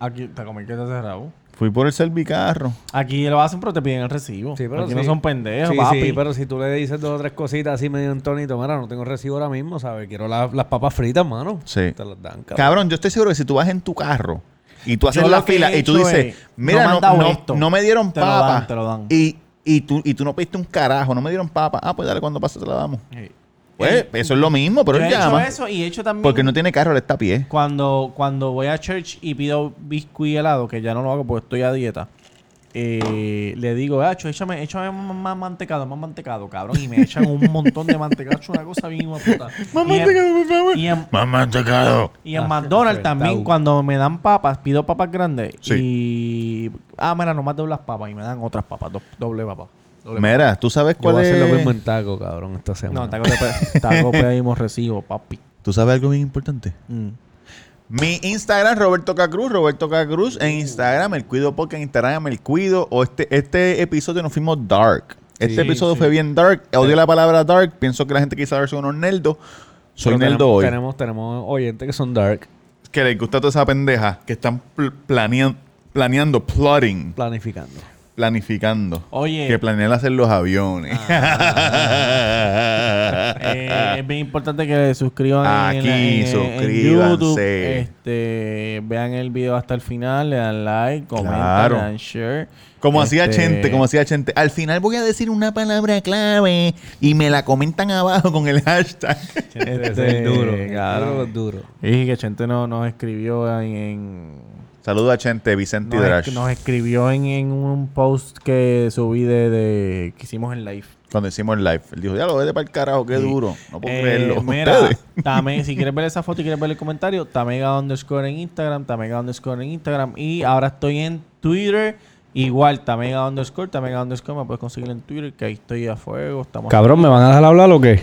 Aquí, te comí que está cerrado.
Fui por el servicarro.
Aquí lo hacen, pero te piden el recibo.
Sí, pero
aquí
sí.
no son pendejos,
Sí,
papi.
sí, pero si tú le dices dos o tres cositas así medio en tonito, mira, no tengo recibo ahora mismo, ¿sabes? Quiero la- las papas fritas, mano.
Sí.
Te las dan, cabrón.
Cabrón, yo estoy seguro que si tú vas en tu carro y tú haces
Yo
la
lo que
fila
he
y tú
hecho
dices,
es,
mira,
no me
no,
han dado
no-
esto".
no me dieron
Te lo
papa.
dan, te lo dan.
Y, y, tú, y tú no pediste un carajo, no me dieron papa. Ah, pues dale, cuando pase te la damos. Pues eso es lo mismo, pero
Yo
él
he hecho
llama.
eso y he hecho también.
Porque no tiene carro, él está a pie.
Cuando, cuando voy a church y pido biscuit y helado, que ya no lo hago porque estoy a dieta, eh, le digo, gacho, échame, échame más, más mantecado, más mantecado, cabrón. Y me echan un montón de mantecado, una cosa bien hijo de puta. Más mantecado, por favor. Y en,
Mamá, checado.
y en McDonald's también, cuando me dan papas, pido papas grandes. Y. Ah, mira, nomás doble las papas y me dan otras papas, do- doble papas.
Mira, tú sabes
Yo
cuál
voy a
es.
hacer lo mismo en taco, cabrón, esta semana.
No, taco, te pe- taco pedimos recibo, papi.
Tú sabes algo bien importante.
Mm.
Mi Instagram, Roberto Cacruz, Roberto Cacruz
Mm.
en Instagram, el Cuido Podcast en Instagram, el Cuido. O este, este episodio nos fuimos dark. Este
Sí,
episodio
sí.
fue bien dark. Odio la palabra dark. Pienso que la gente quiere saber si uno es nerdo. Soy
Pero
nerdo
tenemos,
hoy.
Tenemos, tenemos oyentes que son dark,
Que les gusta toda esa pendeja. Que están pl- planean- planeando, plotting,
planificando.
planificando.
Oye.
Que planean hacer los aviones.
Ah.
Eh, es bien importante que se suscriban
Aquí, suscríbanse.
eh, YouTube. Este, vean el video hasta el final, le dan like, comentan,
Claro.
le dan share.
Como hacía
Este,
Chente, como hacía Chente. Al final voy a decir una palabra clave y me la comentan abajo con el hashtag.
este,
Claro,
claro.
es duro.
Y que Chente no, nos escribió en... en-
Saludo a Chente, Vicente
nos,
Drash.
es- nos escribió en, en un post que subí de, de- que hicimos en live.
Cuando hicimos el live. Él dijo, ya lo vete para el carajo, qué duro. No puedo
Eh,
creerlo.
Mira,
Ustedes.
Tame- si quieres ver esa foto y quieres ver el comentario, Tamega underscore en Instagram, Tamega underscore en Instagram. Y ahora estoy en Twitter. Igual, Tamega underscore, Tamega underscore. Me puedes conseguir en Twitter, que ahí estoy a fuego. Estamos
Cabrón, ¿me van a dejar hablar o qué?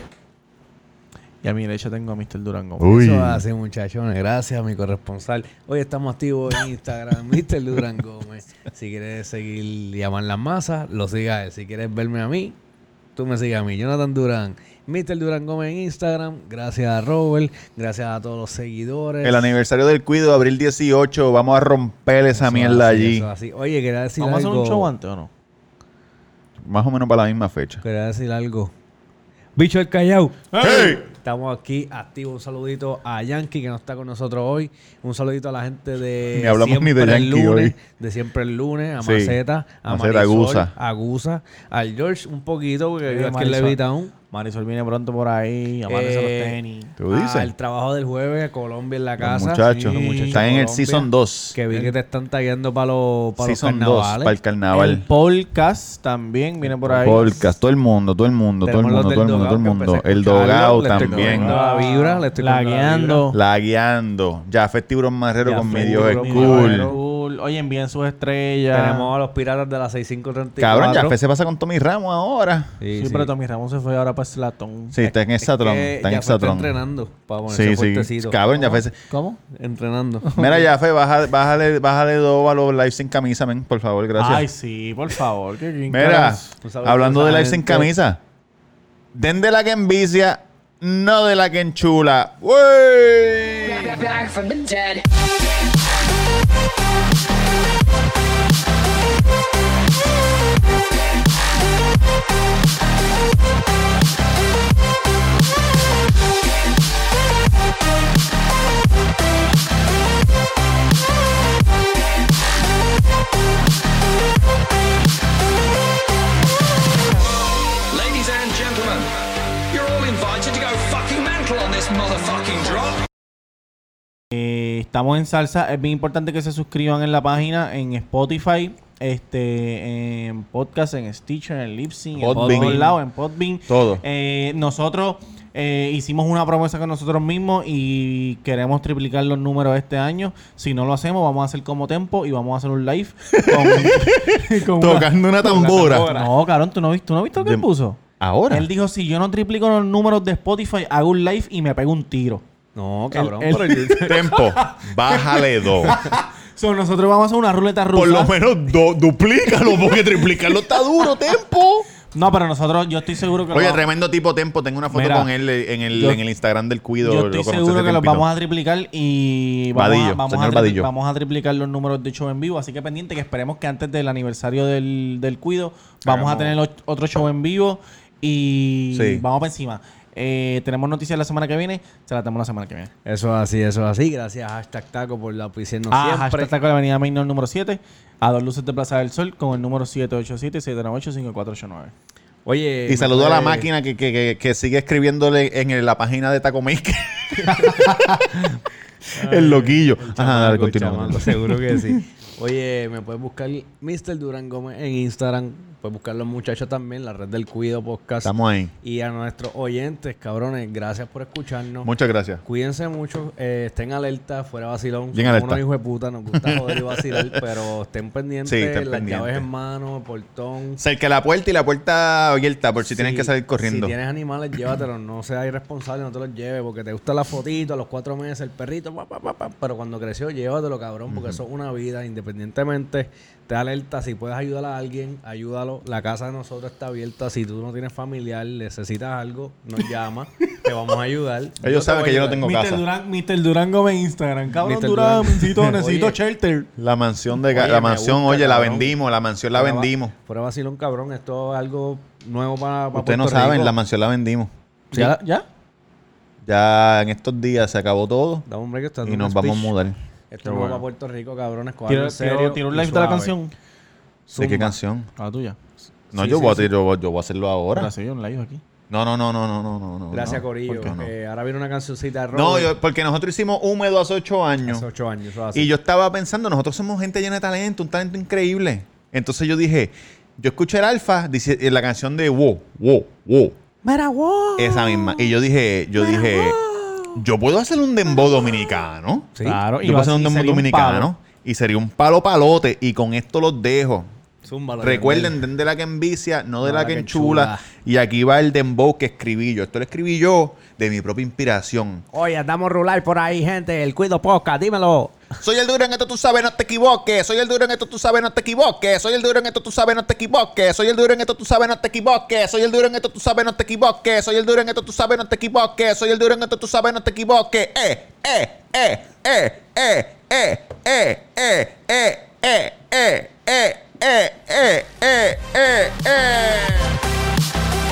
Y a mi derecha tengo a Mr. Durango.
Eso es así, muchachones. Gracias a mi corresponsal. Hoy estamos activos en Instagram, Mr. Durán Gómez. Si quieres seguir y amar las masas, lo sigas a él. Si quieres verme a mí, tú me sigues a mí. Jonathan Durán, Mr. Durán Gómez en Instagram. Gracias a Robert. Gracias a todos los seguidores.
El aniversario del Cuido, abril 18. Vamos a romper esa
Eso
mierda
así,
allí.
eso así. Oye, quería decir
¿Vamos a hacer
algo.
un show antes o no?
Más o menos para la misma fecha.
Quería decir algo. Bicho del Callao.
¡Hey!
Estamos aquí activos. Un saludito a Yankee que no está con nosotros hoy. Un saludito a la gente de
Ni hablamos ni de
el
Yankee
lunes,
hoy.
de siempre el lunes, a
Sí.
Maceta, a
Maceta,
Marisol,
Gusa.
a Gusa, al George un poquito porque vive aquí en
Marisol.
Levitown.
Marisol viene pronto por ahí. Amarse
Eh,
los tenis.
¿Tú dices?
Al trabajo del jueves, a Colombia en la
Los
casa.
muchachos.
Sí, los muchachos
Están en el
Colombia,
Season 2.
Que vi que te están tagueando para los, para los
Season 2,
carnavales.
para el
El
carnaval.
podcast también viene por ahí.
Ah, Podcast, todo el mundo, todo el mundo, todo el
Tenemos
mundo,
los del
todo el mundo, todo el
Dogao, que
mundo.
empecé a
El
escucharlo,
Dogao
le estoy
también.
cogiendo la vibra, le estoy cogiendo la
Lagueando.
La guiando. Jafet Tiburón Marrero
Ya
con mi
fue,
Dios es
mi Dios es
cool.
cool. Oye, envíen sus estrellas.
Tenemos a los piratas de la 6534.
Cabrón, Jafet se pasa con Tommy Ramos ahora.
Sí,
Sí, sí.
pero Tommy Ramos se fue ahora para Slaton.
Sí, está en
Es
Exatron.
que
Está en
Jafet
Exatron.
entrenando para ponerse
Sí, sí.
fuertecito.
Cabrón, Jafet. se-
¿Cómo?
Entrenando.
Mira, Jafet, baja- bájale, bájale dos a los lives sin camisa, men, por favor,
Ay,
gracias.
sí, por favor. que- que-
Mira,
Tú sabes
hablando
que
de
esa
lives sin
gente-
camisa, den de la que envicia, no de la que enchula. ¡Wey!
Back from the dead.
Thank
Eh, estamos en salsa. Es bien importante que se suscriban en la página, en Spotify, este, en podcast, en Stitcher, en Lipsyn, en
Podbean.
todos lados, en Podbean.
Todo.
Eh, nosotros eh, hicimos una promesa con nosotros mismos y queremos triplicar los números este año. Si no lo hacemos, vamos a hacer como tempo y vamos a hacer un live con, con una-
Tocando una tambora.
No, cabrón, ¿tú no, viste- ¿tú no viste lo que
De-
él puso?
Ahora.
Él dijo, si yo no triplico los números de Spotify, hago un live y me pego un tiro.
No, cabrón.
el-
pero yo-
Tempo. Bájale dos.
So, nosotros vamos a hacer una ruleta rusa.
Por lo menos do- duplícalo, porque triplicarlo está duro, Tempo.
No, pero nosotros, yo estoy seguro que lo
Oye,
vamos-
tremendo tipo Tempo. Tengo una foto
Mira,
con él en el,
yo-
en el Instagram del Cuido.
yo estoy
lo conocí
seguro
hace
que los
tiempito.
vamos a triplicar y vamos, a,
Vadillo,
vamos,
señor
a tri-
Vadillo.
vamos a triplicar los números de show en vivo. Así que pendiente que esperemos que antes del aniversario del, del cuido vamos a
Hagamos-
tener ot- otro show en vivo y
Sí.
vamos para encima. Eh, tenemos noticias la semana que viene, se las tenemos la semana que viene.
Eso es así, eso es así. Gracias, hashtag taco, por la auspiciarnos
ah,
siempre.
hashtag está con la avenida Main, número 7, a dos luces de Plaza del Sol con el número 787-798-5489.
Oye.
Y
me
saludó a la
puede-
máquina que, que- que- que sigue escribiéndole en el- la página de Taco Make. el loquillo. Ajá, dale,
Chamaco,
continúa.
chamaco, seguro que sí. Oye, me puedes buscar Mr. Durán Gómez en Instagram. Puedes buscar los muchachos también, la red del Cuido Podcast.
Estamos ahí.
Y a nuestros oyentes, cabrones, gracias por escucharnos.
Muchas gracias.
Cuídense mucho, eh, estén alerta, fuera vacilón.
Bien
Somos
alerta.
unos hijos de puta, nos gusta joder y vacilar, pero estén pendientes,
Sí, estén
las
pendientes.
llaves en mano, el portón.
Cerca la puerta y la puerta abierta por si tienen que salir corriendo.
Si tienes animales, llévatelos. No seas irresponsable, no te los lleves. Porque te gusta la fotito, a los cuatro meses, el perrito, pa, pa, pa, pa, pero cuando creció, llévatelo, cabrón. Porque eso es una vida. Independientemente, te alerta. Si puedes ayudar a alguien, ayúdalo. La casa de nosotros está abierta. Si tú no tienes familiar, necesitas algo, nos llama. te vamos a ayudar.
Ellos saben que yo no tengo casa.
Mr. Durán, Mr. Durán Gómez en Instagram. Cabrón,
Mr.
Durán,
Durán.
necesito, necesito
Oye.
shelter.
La mansión de ga-
Oye,
la
me
mansión,
gusta,
oye, la
cabrón.
vendimos, la mansión la
Fuera va-
vendimos.
Fuera vacilón, cabrón. Esto es algo nuevo para, para
Ustedes no
Puerto
saben,
Rico.
la mansión la vendimos.
¿Ya? ¿Ya?
Ya en estos días se acabó todo
Da hombre que está
y
dando
nos
un
vamos a
speech.
mudar.
Esto es nuevo para Puerto Rico, cabrones.
Tiro,
cójanlo en
tiro,
serio
tiro un
y
live de la
suave.
canción.
¿De qué
Zumba.
canción?
A la tuya.
No,
Sí,
yo,
sí,
voy a,
sí.
yo voy- yo voy a hacerlo ahora.
Ahora sí, un live aquí.
No, no, no, no, no, no, no, no.
Gracias,
no.
Corillo.
¿Por qué no?
Eh, ahora viene una cancioncita de Robert.
No, yo- porque nosotros hicimos húmedo hace ocho años.
Hace ocho años. eso es así.
Y yo estaba pensando, nosotros somos gente llena de talento, un talento increíble. Entonces yo dije, yo escuché el alfa, dice eh, la canción de Wo, Wo, Wo. Esa misma. Y yo dije, yo dije, yo puedo hacer un dembow dominicano.
Sí.
Claro,
Yo
y
puedo
va-
hacer un
y
dembow
sería un
dominicano.
palo.
y sería un palo palote. Y con esto los dejo.
Zúmbalo,
Recuerden,
Yandel.
den de la que envicia, no de la, que enchula. Y aquí va el dembow que escribí yo. Esto lo escribí yo de mi propia inspiración.
Oye, andamos rular por ahí, gente. El Cuido Posca, dímelo.
Soy el duro en esto, tú sabes, no te equivoques. Soy el duro en esto, tú sabes, no te equivoques. Soy el duro en esto, tú sabes, no te equivoques. Soy el duro en esto, tú sabes, no te equivoques. Soy el duro en esto, tú sabes, no te equivoques. Soy el duro en esto, tú sabes, no te equivoques. Soy el duro en esto, tú sabes, no te equivoques. Eh, eh, eh, eh, eh, eh, eh, eh, eh, eh, eh, eh, eh, eh, eh, eh, eh.